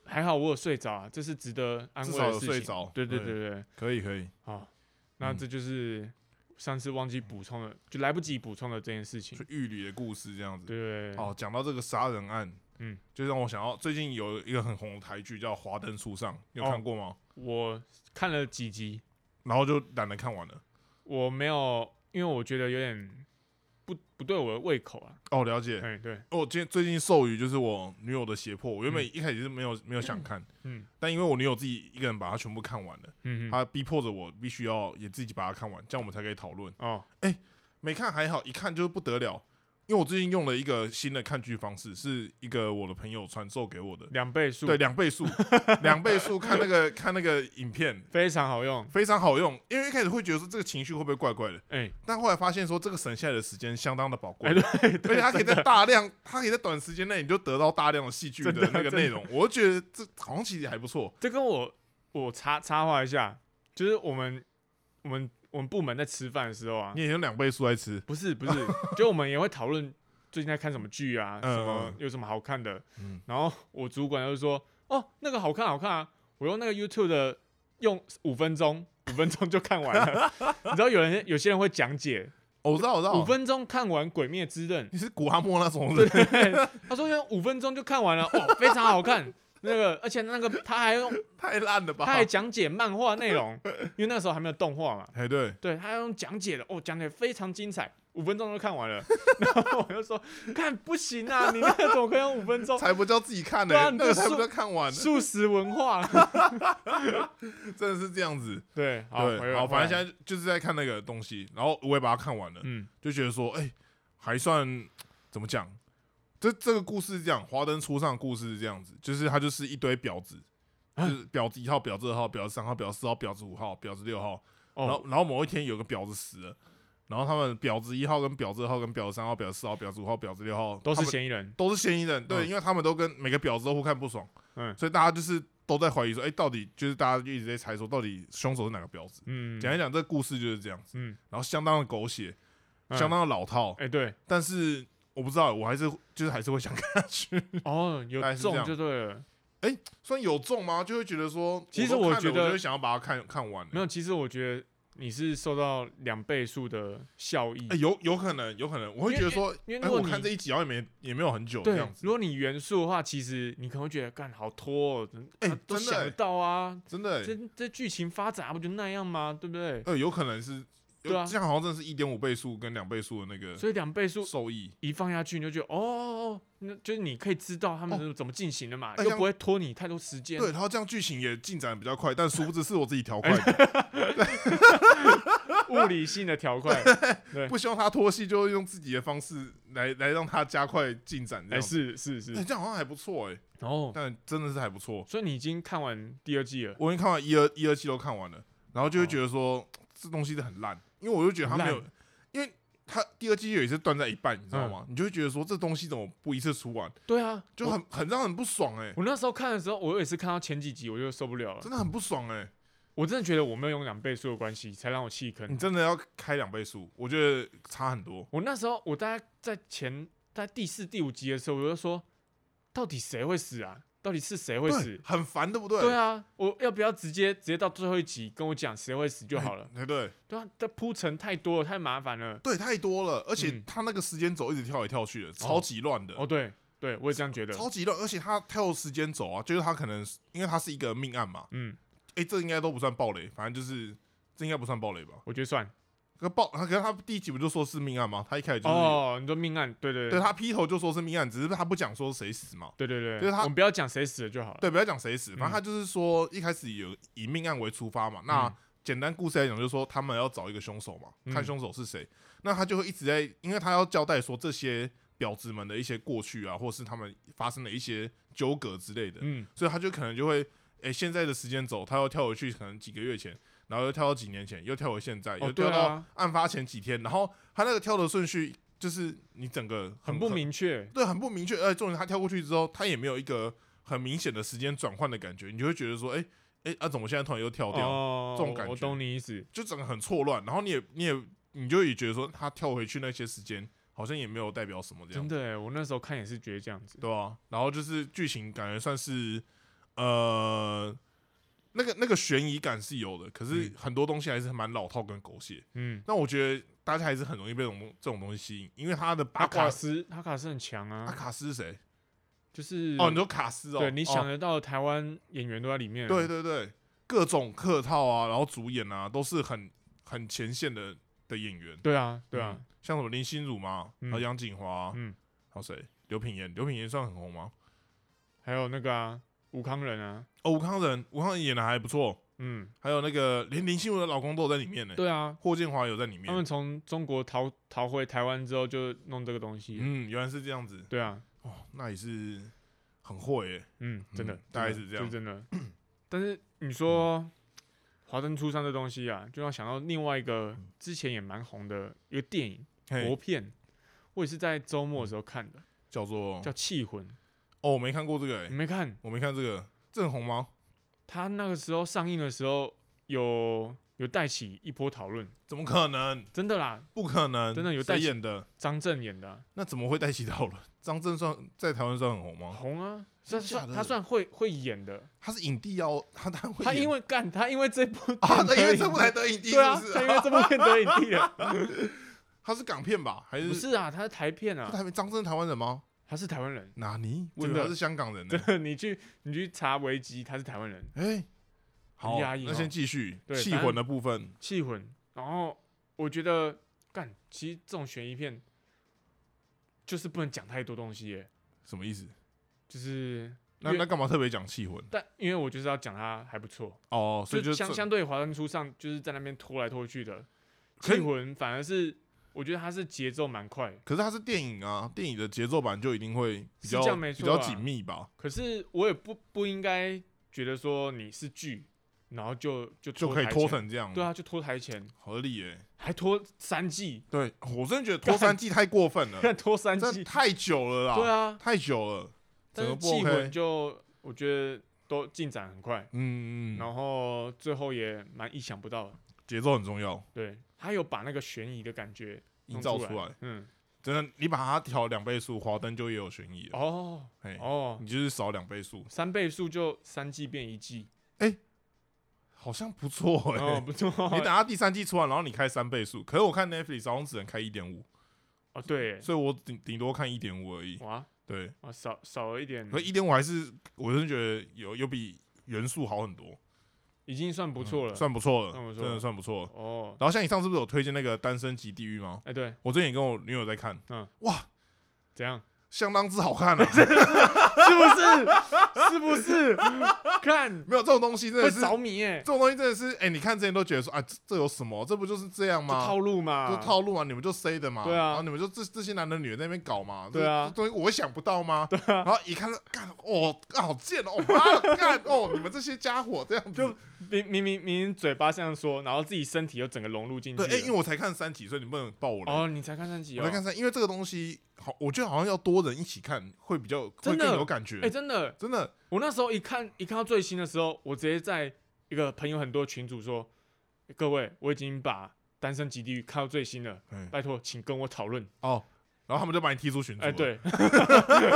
Speaker 2: 还好我有睡着啊，这是值得安
Speaker 1: 至
Speaker 2: 慰
Speaker 1: 少
Speaker 2: 的
Speaker 1: 有
Speaker 2: 事情。
Speaker 1: 睡着。
Speaker 2: 对对对对，
Speaker 1: 可以可以，
Speaker 2: 好，那
Speaker 1: 嗯
Speaker 2: 这就是上次忘记补充的，就来不及补充的这件事情
Speaker 1: 就。玉女的故事这样子。
Speaker 2: 对，
Speaker 1: 哦，讲到这个杀人案，
Speaker 2: 嗯，
Speaker 1: 就让我想到最近有一个很红的台剧叫《华灯初上》，你有
Speaker 2: 哦
Speaker 1: 看过吗？
Speaker 2: 我看了几集，
Speaker 1: 然后就懒得看完了。
Speaker 2: 我没有，因为我觉得有点不不对我的胃口啊。
Speaker 1: 哦，了解。
Speaker 2: 哎，对，
Speaker 1: 哦，今天最近授予就是我女友的胁迫，我原本
Speaker 2: 嗯
Speaker 1: 一开始是没有没有想看，
Speaker 2: 嗯
Speaker 1: 但因为我女友自己一个人把它全部看完了，
Speaker 2: 嗯嗯，
Speaker 1: 她逼迫着我必须要也自己把它看完，这样我们才可以讨论。
Speaker 2: 哦，
Speaker 1: 没看还好，一看就是不得了。因为我最近用了一个新的看剧方式，是一个我的朋友传授给我的，
Speaker 2: 两倍速，
Speaker 1: 对，，两倍速，两倍速看那个看那个影片，
Speaker 2: 非常好用。
Speaker 1: 非常好用，因为一开始会觉得说这个情绪会不会怪怪的，
Speaker 2: 哎，
Speaker 1: 但后来发现说这个省下来的时间相当的宝贵，
Speaker 2: 哎
Speaker 1: 对 啊而且它可以在大量，它可以在短时间内你就得到大量的戏剧的
Speaker 2: 真的
Speaker 1: 那个内容，我就觉得这好像其实还不错。
Speaker 2: 这跟我我插插话一下，就是我们我们我们部门在吃饭的时候啊
Speaker 1: 你，也用两倍速来吃，
Speaker 2: 不是不是，就我们也会讨论最近在看什么剧啊，
Speaker 1: 嗯
Speaker 2: 什么
Speaker 1: 嗯
Speaker 2: 有什么好看的。
Speaker 1: 嗯
Speaker 2: 然后我主管就说：“哦，那个好看好看啊！”我用那个 YouTube 的用五分钟，五分钟就看 完了。你知道有人有些人会讲解，
Speaker 1: 哦我知道我知道，
Speaker 2: 五分钟看完《鬼灭之刃
Speaker 1: 你是古阿莫那种》
Speaker 2: 对，
Speaker 1: 人，
Speaker 2: 对对，他说用五分钟就看完了，哇，非常好看。那个，而且那个他 还用，
Speaker 1: 太烂了吧
Speaker 2: 他？还讲解漫画内容，因为那时候还没有动画嘛。
Speaker 1: 哎对，
Speaker 2: 对他用讲解的，哦，讲解非常精彩，五分钟就看完了。 然后我就说，看不行啊，你那个怎么可以用五分钟？
Speaker 1: 才不叫自己看呢、
Speaker 2: 对啊你
Speaker 1: 那
Speaker 2: 这
Speaker 1: 个才不
Speaker 2: 哦速
Speaker 1: 叫看完呢，
Speaker 2: 素食文化，
Speaker 1: 真的是这样，子。
Speaker 2: 对，好，回
Speaker 1: 对，
Speaker 2: 来
Speaker 1: 好，反正
Speaker 2: 回来
Speaker 1: 现在就是在看那个东西，然后我也把它看完了，
Speaker 2: 嗯，
Speaker 1: 就觉得说，哎、还算怎么讲？这这个故事是这样，《华灯初上》的故事是这样子，就是他就是一堆婊子，就
Speaker 2: 啊
Speaker 1: 是婊子一号、婊子二号、婊子三号、婊子四号、婊子五号、婊子六号，然
Speaker 2: 哦，
Speaker 1: 后然后某一天有个婊子死了，然后他们婊子一号、跟婊子二号、跟婊子三号、婊子四号、婊子五号、婊子六号
Speaker 2: 都
Speaker 1: 他
Speaker 2: 是
Speaker 1: 们
Speaker 2: 嫌疑人，
Speaker 1: 都是嫌疑人，对，
Speaker 2: 嗯
Speaker 1: 因为他们都跟每个婊子都互看不爽，
Speaker 2: 嗯
Speaker 1: 所以大家就是都在怀疑说，哎、到底就是大家一直在猜说，到底凶手是哪个婊子？
Speaker 2: 嗯，
Speaker 1: 简单讲，这故事就是这样子，
Speaker 2: 嗯，
Speaker 1: 然后相当的狗血，
Speaker 2: 嗯
Speaker 1: 相当的老套，
Speaker 2: 哎、 对，
Speaker 1: 但是我不知道，我还是就是还是会想看下去。
Speaker 2: 哦，有
Speaker 1: 大概是这
Speaker 2: 中
Speaker 1: 样
Speaker 2: 就对了。
Speaker 1: 虽然有中吗？就会觉得说，
Speaker 2: 其实
Speaker 1: 我都看
Speaker 2: 我觉
Speaker 1: 了
Speaker 2: 得
Speaker 1: 我就会想要把它看看完了。
Speaker 2: 没有，其实我觉得你是受到两倍数的效益。
Speaker 1: 哎、有有可能，有可能，我会
Speaker 2: 因为
Speaker 1: 觉得说，
Speaker 2: 因为
Speaker 1: 哎、
Speaker 2: 如果
Speaker 1: 我
Speaker 2: 你、
Speaker 1: 看这一集好像也没也没有很久这
Speaker 2: 对
Speaker 1: 样，子，
Speaker 2: 如果你元素的话，其实你可能会觉得干好拖、哦，
Speaker 1: 哎
Speaker 2: 啊都
Speaker 1: 真的
Speaker 2: 想
Speaker 1: 哎
Speaker 2: 得到啊，
Speaker 1: 真的、欸，
Speaker 2: 这这剧情发展不就那样吗？对不对？
Speaker 1: 呃，有可能是，有
Speaker 2: 对啊
Speaker 1: 这样好像真的是一点五倍速跟两倍速的那个
Speaker 2: 所以两倍数
Speaker 1: 受益。
Speaker 2: 一放下去，你就觉得哦哦，哦那就是你可以知道他们
Speaker 1: 哦
Speaker 2: 是怎么进行的嘛，
Speaker 1: 哎
Speaker 2: 又
Speaker 1: 像
Speaker 2: 不会拖你太多时间。
Speaker 1: 对，然后这样剧情也进展比较快，但殊不知是我自己调
Speaker 2: 哎
Speaker 1: 快的，
Speaker 2: 物理性的 条块，对
Speaker 1: 不希望他拖戏，就用自己的方式来来让他加快进展这
Speaker 2: 哎、
Speaker 1: 样子。
Speaker 2: 是是
Speaker 1: 哎
Speaker 2: 是，
Speaker 1: 这样好像还不错哎、
Speaker 2: 哦，
Speaker 1: 但真的是还不错。
Speaker 2: 所以你已经看完第二季了，
Speaker 1: 我已经看完一二一二期都看完了，然后就会觉得说、这东西是很烂，因为我就觉得他没有
Speaker 2: 哦烂，
Speaker 1: 因为他第二季有一次断在一半，你知道
Speaker 2: 嗯
Speaker 1: 吗？你就会觉得说这东西怎么不一次出完，
Speaker 2: 对啊，
Speaker 1: 就很很让人不爽哎、
Speaker 2: 我那时候看的时候，我也是看到前几集我就受不了了，
Speaker 1: 真的很不爽哎、
Speaker 2: 我真的觉得我没有用两倍速的关系才让我弃
Speaker 1: 你
Speaker 2: 坑。
Speaker 1: 真的要开两倍速，我觉得差很多。
Speaker 2: 我那时候我大概在前在第四第五集的时候，我就说，到底谁会死啊？到底是谁会
Speaker 1: 对
Speaker 2: 死，？
Speaker 1: 很烦，对不对？
Speaker 2: 对啊，我要不要直接直接到最后一集跟我讲谁会死就好了？
Speaker 1: 哎，对
Speaker 2: 对啊，这铺陈太多了，太麻烦了。
Speaker 1: 对，太多了，而且
Speaker 2: 嗯
Speaker 1: 他那个时间轴一直跳来跳去的，超级乱的，
Speaker 2: 哦，对对，我也这样觉得。
Speaker 1: 啊超级乱。而且他跳时间轴啊，就是他可能是因为他是一个命案嘛，
Speaker 2: 嗯，
Speaker 1: 哎、这应该都不算暴雷，反正就是这应该不算暴雷吧？
Speaker 2: 我觉得算。
Speaker 1: 可暴，他可是他第一集不就说是命案吗？他一开始就是有，
Speaker 2: 哦，你说命案，对对
Speaker 1: 对他劈头就说是命案，只是他不讲说谁死嘛。
Speaker 2: 对对对，
Speaker 1: 就是他
Speaker 2: 我们不要讲谁死了就好了。
Speaker 1: 对，不要讲谁死，反正他就是说一开始有以命案为出发嘛。那
Speaker 2: 嗯
Speaker 1: 简单故事来讲，就是说他们要找一个凶手嘛，
Speaker 2: 嗯
Speaker 1: 看凶手是谁。那他就会一直在，因为他要交代说这些婊子们的一些过去啊，或是他们发生的一些纠葛之类的，
Speaker 2: 嗯，
Speaker 1: 所以他就可能就会，诶、现在的时间走，他要跳回去，可能几个月前。然后又跳到几年前，又跳回现在，又
Speaker 2: 哦，对
Speaker 1: 跳到
Speaker 2: 啊，
Speaker 1: 案发前几天，然后他那个跳的顺序就是你整个
Speaker 2: 很不，明确。
Speaker 1: 对，很不明确。而且重点是他跳过去之后，他也没有一个很明显的时间转换的感觉，你就会觉得说，哎、哎、啊，怎么现在突然又跳掉？
Speaker 2: 哦，
Speaker 1: 这种感
Speaker 2: 我
Speaker 1: 觉
Speaker 2: 懂你意思。
Speaker 1: 就整个很错乱。然后你也你也你就也觉得说，他跳回去那些时间好像也没有代表什么这样
Speaker 2: 真
Speaker 1: 子，
Speaker 2: 的欸耶，我那时候看也是觉得这样子。
Speaker 1: 对啊？然后就是剧情感觉算是呃。那个那个悬疑感是有的，可是
Speaker 2: 嗯
Speaker 1: 很多东西还是蛮老套跟狗血。
Speaker 2: 嗯，
Speaker 1: 那我觉得大家还是很容易被这种这种东西吸引，因为他的八
Speaker 2: 阿
Speaker 1: 卦
Speaker 2: 卡斯，阿卡斯很强
Speaker 1: 阿
Speaker 2: 啊，
Speaker 1: 卡斯是谁？
Speaker 2: 就是
Speaker 1: 哦，你说卡斯哦，
Speaker 2: 对你
Speaker 1: 哦
Speaker 2: 想得到的台湾演员都在里面。啊
Speaker 1: 对，对对，各种客套啊，然后主演啊，都是很很前线的的演员，
Speaker 2: 对啊，对啊
Speaker 1: 嗯，，像什么林心如嘛，
Speaker 2: 嗯
Speaker 1: 然后杨锦华啊，
Speaker 2: 嗯
Speaker 1: 还有谁？刘品言，刘品言算很红吗？
Speaker 2: 还有那个啊，吴康仁啊，
Speaker 1: 哦，吴康仁，吴康仁演的还不错，
Speaker 2: 嗯，
Speaker 1: 还有那个连林心如的老公都有在里面呢，
Speaker 2: 对啊，
Speaker 1: 霍建华有在里
Speaker 2: 他
Speaker 1: 面，
Speaker 2: 们从中国逃逃回台湾之后就弄这个东西。
Speaker 1: 嗯，原来是这样子，
Speaker 2: 对啊，
Speaker 1: 哦，那也是很会耶，
Speaker 2: 嗯，真的
Speaker 1: 嗯，大概
Speaker 2: 真的
Speaker 1: 是这样
Speaker 2: 就真的。 但是你说华灯初上这东西啊，就让我想到另外一个
Speaker 1: 嗯
Speaker 2: 之前也蛮红的一个电影国
Speaker 1: 嘿，
Speaker 2: 片，我也是在周末的时候看的，
Speaker 1: 叫做
Speaker 2: 叫《嗯气魂》，
Speaker 1: 哦，我没看过这个，
Speaker 2: 你
Speaker 1: 嗯哎，
Speaker 2: 没看？
Speaker 1: 我没看这个，这很红吗？
Speaker 2: 他那个时候上映的时候有有带起一波讨论，
Speaker 1: 怎么可能？
Speaker 2: 真的啦，
Speaker 1: 不可能！
Speaker 2: 真的有戴
Speaker 1: 谁
Speaker 2: 起
Speaker 1: 演的？
Speaker 2: 张震演的啊、
Speaker 1: 那怎么会带起讨论？张震算在台湾算很红吗？
Speaker 2: 红啊，
Speaker 1: 哦真
Speaker 2: 算
Speaker 1: 假
Speaker 2: 算
Speaker 1: 的
Speaker 2: 他算会会演的，
Speaker 1: 他是影帝哦，他他会
Speaker 2: 他
Speaker 1: 演
Speaker 2: 因为干他因为这部
Speaker 1: 啊，他因
Speaker 2: 电得
Speaker 1: 为
Speaker 2: 影
Speaker 1: 这部
Speaker 2: 帝
Speaker 1: 才得影帝，
Speaker 2: 对啊，
Speaker 1: 是不
Speaker 2: 他
Speaker 1: 是
Speaker 2: 因为这部片得影帝 了，
Speaker 1: 他是港片吧？还
Speaker 2: 不
Speaker 1: 是
Speaker 2: 是啊，他是台片
Speaker 1: 他
Speaker 2: 啊，
Speaker 1: 台湾张震台湾人吗？
Speaker 2: 他是台湾人。
Speaker 1: 哪尼？我以
Speaker 2: 真的
Speaker 1: 为他是香港人呢
Speaker 2: 真。的，你去你去查维基，他是台湾人，
Speaker 1: 哎，好，
Speaker 2: 压抑哦
Speaker 1: 那先继续
Speaker 2: 对
Speaker 1: 气
Speaker 2: 反正
Speaker 1: 魂的部分。
Speaker 2: 气魂。然后我觉得，干，其实这种悬疑片就是不能讲太多东西耶，
Speaker 1: 什么意思？
Speaker 2: 就是
Speaker 1: 那
Speaker 2: 因为
Speaker 1: 那干嘛特别讲气魂？
Speaker 2: 但因为我就是要讲它还不错，
Speaker 1: 哦，所以
Speaker 2: 就
Speaker 1: 就
Speaker 2: 相相对华灯初上，就是在那边拖来拖去的。
Speaker 1: 可
Speaker 2: 气
Speaker 1: 是
Speaker 2: 魂反而是我觉得它是节奏蛮快，
Speaker 1: 可是他是电影啊，电影的节奏版就一定会比
Speaker 2: 是这
Speaker 1: 较
Speaker 2: 样没
Speaker 1: 比
Speaker 2: 错啊
Speaker 1: 较紧密吧，
Speaker 2: 可是我也不不应该觉得说你是剧，然后就就
Speaker 1: 就可以
Speaker 2: 台
Speaker 1: 拖
Speaker 2: 前
Speaker 1: 成这样，
Speaker 2: 对，啊，就拖台前，
Speaker 1: 合理耶。
Speaker 2: 还拖三季，
Speaker 1: 对，我真的觉得拖三季太过分 了，
Speaker 2: 拖三
Speaker 1: 真的
Speaker 2: 季，
Speaker 1: 太久了啦。
Speaker 2: 对啊，
Speaker 1: 太久了，整
Speaker 2: 但是
Speaker 1: 个不
Speaker 2: 气魂
Speaker 1: OK。
Speaker 2: 就我觉得都进展很快，
Speaker 1: 嗯，
Speaker 2: 然后最后也蛮意想不到的。
Speaker 1: 节奏很重要，
Speaker 2: 对他有把那个悬疑的感觉
Speaker 1: 营造
Speaker 2: 出
Speaker 1: 出来，
Speaker 2: 嗯，
Speaker 1: 真的，你把它调两倍速，华灯就也有悬疑了，
Speaker 2: 哦
Speaker 1: 嘿，
Speaker 2: 哦，
Speaker 1: 你就是少两倍速，
Speaker 2: 三倍速就三季变一季，
Speaker 1: 好像不错
Speaker 2: 哦，
Speaker 1: 哎。
Speaker 2: 不错。
Speaker 1: 你等它第三季出来，然后你开三倍速，可是我看 Netflix 好像只能开一点五，
Speaker 2: 哦，对，
Speaker 1: 所以我顶顶多看一点五而已。
Speaker 2: 哇，
Speaker 1: 对，
Speaker 2: 哦，少少了一点
Speaker 1: 可，一点五还是我真的觉得有有比原速好很多，
Speaker 2: 已经算不错了。
Speaker 1: 嗯算不错了，
Speaker 2: 算不错
Speaker 1: 真的
Speaker 2: 了
Speaker 1: 算不错了。
Speaker 2: 哦，
Speaker 1: 然后像你上次不是有推荐那个《单身级地狱》吗？
Speaker 2: 哎，对，
Speaker 1: 我最近也跟我女友在看，
Speaker 2: 嗯
Speaker 1: 哇，
Speaker 2: 怎样？
Speaker 1: 相当之好看啊！
Speaker 2: 是不 是？是不是？看
Speaker 1: 没有这种东西真
Speaker 2: 会
Speaker 1: 的是，
Speaker 2: 着
Speaker 1: 这
Speaker 2: 迷哎，
Speaker 1: 种东西真的是，哎、你看之前都觉得说啊，这这有什么？这不就是这样
Speaker 2: 就
Speaker 1: 吗？
Speaker 2: 套路嘛，
Speaker 1: 就套路嘛，你们就 say 的嘛，
Speaker 2: 对啊
Speaker 1: 然后你们就这这些男的女的在那边搞嘛，
Speaker 2: 对
Speaker 1: 这
Speaker 2: 啊
Speaker 1: 这东西我会想不到吗？对啊，然后一看到，干，哦，干好贱哦，妈的，干哦，你们这些家伙这样子
Speaker 2: 就，明明明明嘴巴这样说，然后自己身体又整个融入进去
Speaker 1: 对，
Speaker 2: 了。
Speaker 1: 哎、因为我才看三集，所以你不能爆我雷。
Speaker 2: 哦，你才看三集
Speaker 1: 我
Speaker 2: 哦
Speaker 1: 在，看三，因为这个东西好，我觉得好像要多人一起看会比较会
Speaker 2: 真的
Speaker 1: 更有感觉。
Speaker 2: 哎，真的，
Speaker 1: 真的，
Speaker 2: 我那时候一看一看到最新的时候，我直接在一个朋友很多群组说，各位，我已经把《单身极地狱》看到最新了，
Speaker 1: 嗯，
Speaker 2: 拜托，请跟我讨论。
Speaker 1: 哦，然后他们就把你踢出群组。
Speaker 2: 哎，，对，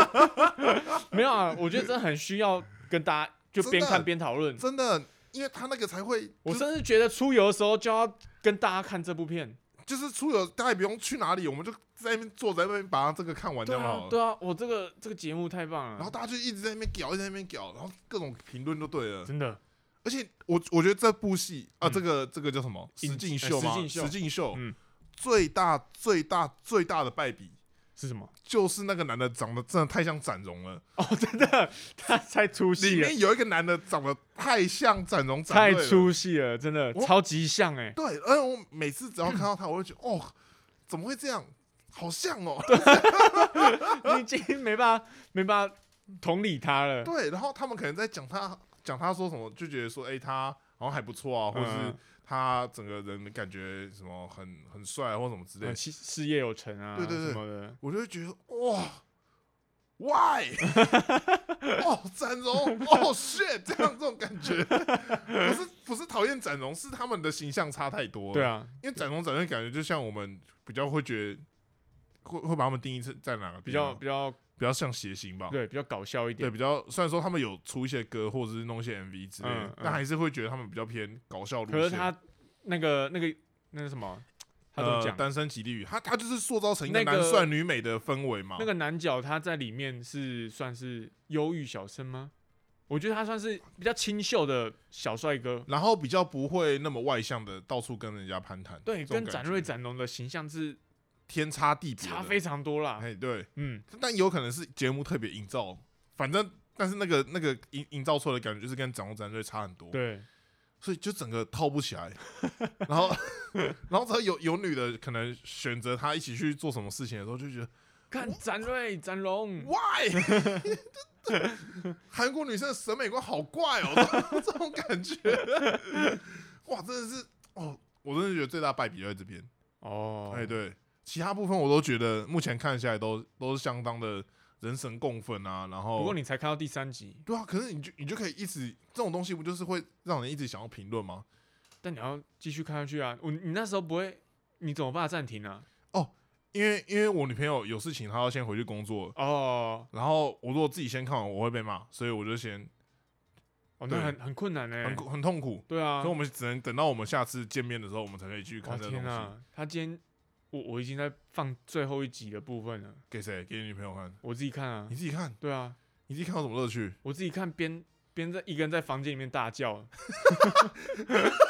Speaker 2: 没有啊，我觉得真的很需要跟大家就边
Speaker 1: 真
Speaker 2: 看
Speaker 1: 的
Speaker 2: 边讨论。
Speaker 1: 真的，因为他那个才会，
Speaker 2: 我
Speaker 1: 就是
Speaker 2: 甚至觉得出游的时候就要跟大家看这部片。
Speaker 1: 就是出游，大家也不用去哪里，我们就在那边坐在那边把这个看完
Speaker 2: 对
Speaker 1: 就
Speaker 2: 啊
Speaker 1: 好，了。
Speaker 2: 对啊，我这个这个节目太棒了。
Speaker 1: 然后大家就一直在那边屌，一直在那边屌，然后各种评论就对了。
Speaker 2: 真的，
Speaker 1: 而且我我觉得这部戏啊，
Speaker 2: 嗯
Speaker 1: 这个这个叫什么？
Speaker 2: 影
Speaker 1: 石进
Speaker 2: 集
Speaker 1: 秀
Speaker 2: 呃
Speaker 1: 吗？
Speaker 2: 石进秀
Speaker 1: 石进秀
Speaker 2: 嗯，
Speaker 1: 最大最大最大的败笔
Speaker 2: 是什么？
Speaker 1: 就是那个男的长得真的太像展荣了。
Speaker 2: 哦，真的， 他太出
Speaker 1: 里
Speaker 2: 戏了，
Speaker 1: 面有一个男的长得太像展荣，展
Speaker 2: 太
Speaker 1: 瑞了
Speaker 2: 出戏了，真的
Speaker 1: 我
Speaker 2: 超级像哎、
Speaker 1: 对，而且我每次只要看到他，我就觉得哦，怎么会这样？好像哦，
Speaker 2: 你已经没办法没办法同理他 了。
Speaker 1: 对。然后他们可能在讲他讲他说什么，就觉得说，哎、他好像还不错啊，或者是
Speaker 2: 嗯
Speaker 1: 他整个人的感觉什么很很帅啊或什么之类
Speaker 2: 呃
Speaker 1: 的。
Speaker 2: 事事业有成啊，
Speaker 1: 对对对
Speaker 2: 什么的，
Speaker 1: 我就会觉得哇，why？哦，展荣，哦 shit，这样这种感觉，不是不是讨厌展荣，是他们的形象差太多了。
Speaker 2: 对啊，
Speaker 1: 因为展荣展瑞感觉就像我们比较会觉得会会把他们定义在在哪个
Speaker 2: 比
Speaker 1: 地
Speaker 2: 较
Speaker 1: 方
Speaker 2: 比较
Speaker 1: 比较像谐星吧。
Speaker 2: 对比较搞笑一
Speaker 1: 对，
Speaker 2: 点，
Speaker 1: 比较虽然说他们有出一些歌或者是弄一些 MV 之类的，
Speaker 2: 嗯嗯
Speaker 1: 但还是会觉得他们比较偏搞笑路线。
Speaker 2: 可是他那个那个那个什么，他怎么
Speaker 1: 呃
Speaker 2: 讲？
Speaker 1: 单身极地狱，他他就是塑造成一个
Speaker 2: 那个
Speaker 1: 男帅女美的氛围嘛。
Speaker 2: 那个男角他在里面是算是忧郁小生吗？我觉得他算是比较清秀的小帅哥，
Speaker 1: 然后比较不会那么外向的，到处跟人家攀谈。这
Speaker 2: 对，
Speaker 1: 种
Speaker 2: 跟
Speaker 1: 感
Speaker 2: 展
Speaker 1: 觉
Speaker 2: 瑞展龙的形象是
Speaker 1: 天差地别的，
Speaker 2: 差非常多啦。
Speaker 1: 哎对，
Speaker 2: 嗯，
Speaker 1: 但有可能是节目特别营造，反正但是那个那个营营造出来的感觉就是跟掌握战队差很多，
Speaker 2: 对，
Speaker 1: 所以就整个套不起 来。然后然后只要有有女的可能选择他一起去做什么事情的时候，就觉得
Speaker 2: 看展瑞展龙，
Speaker 1: 哦 why 韩国女生的审美观好怪哦，这这种感觉，哇，真的是哦，我真的觉得最大败笔就在这边。
Speaker 2: 哦，
Speaker 1: 哎，对，其他部分我都觉得目前看下来都都是相当的人神共愤啊。然后，
Speaker 2: 不过你才看到第三集，
Speaker 1: 对啊，可是你就你就可以一直这种东西，不就是会让人一直想要评论吗？
Speaker 2: 但你要继续看下去啊！我你那时候不会，你怎么把它暂停啊？
Speaker 1: 因为因为我女朋友有事情，她要先回去工作，
Speaker 2: 哦，
Speaker 1: 然后我如果自己先看完，我会被骂，所以我就先
Speaker 2: 哦，
Speaker 1: 对
Speaker 2: 那很很困难呢、
Speaker 1: 很、很痛苦。
Speaker 2: 对啊
Speaker 1: 所以，我们只能等到我们下次见面的时候，我们才可以继续
Speaker 2: 哇
Speaker 1: 看这个
Speaker 2: 天
Speaker 1: 东西。
Speaker 2: 啊！他今天我我已经在放最后一集的部分了，
Speaker 1: 给谁？给你女朋友看？
Speaker 2: 我自己看啊
Speaker 1: 你，自己看，
Speaker 2: 对啊，
Speaker 1: 你自己看有什么乐 趣？
Speaker 2: 我自己看边边在一个人在房间里面大叫，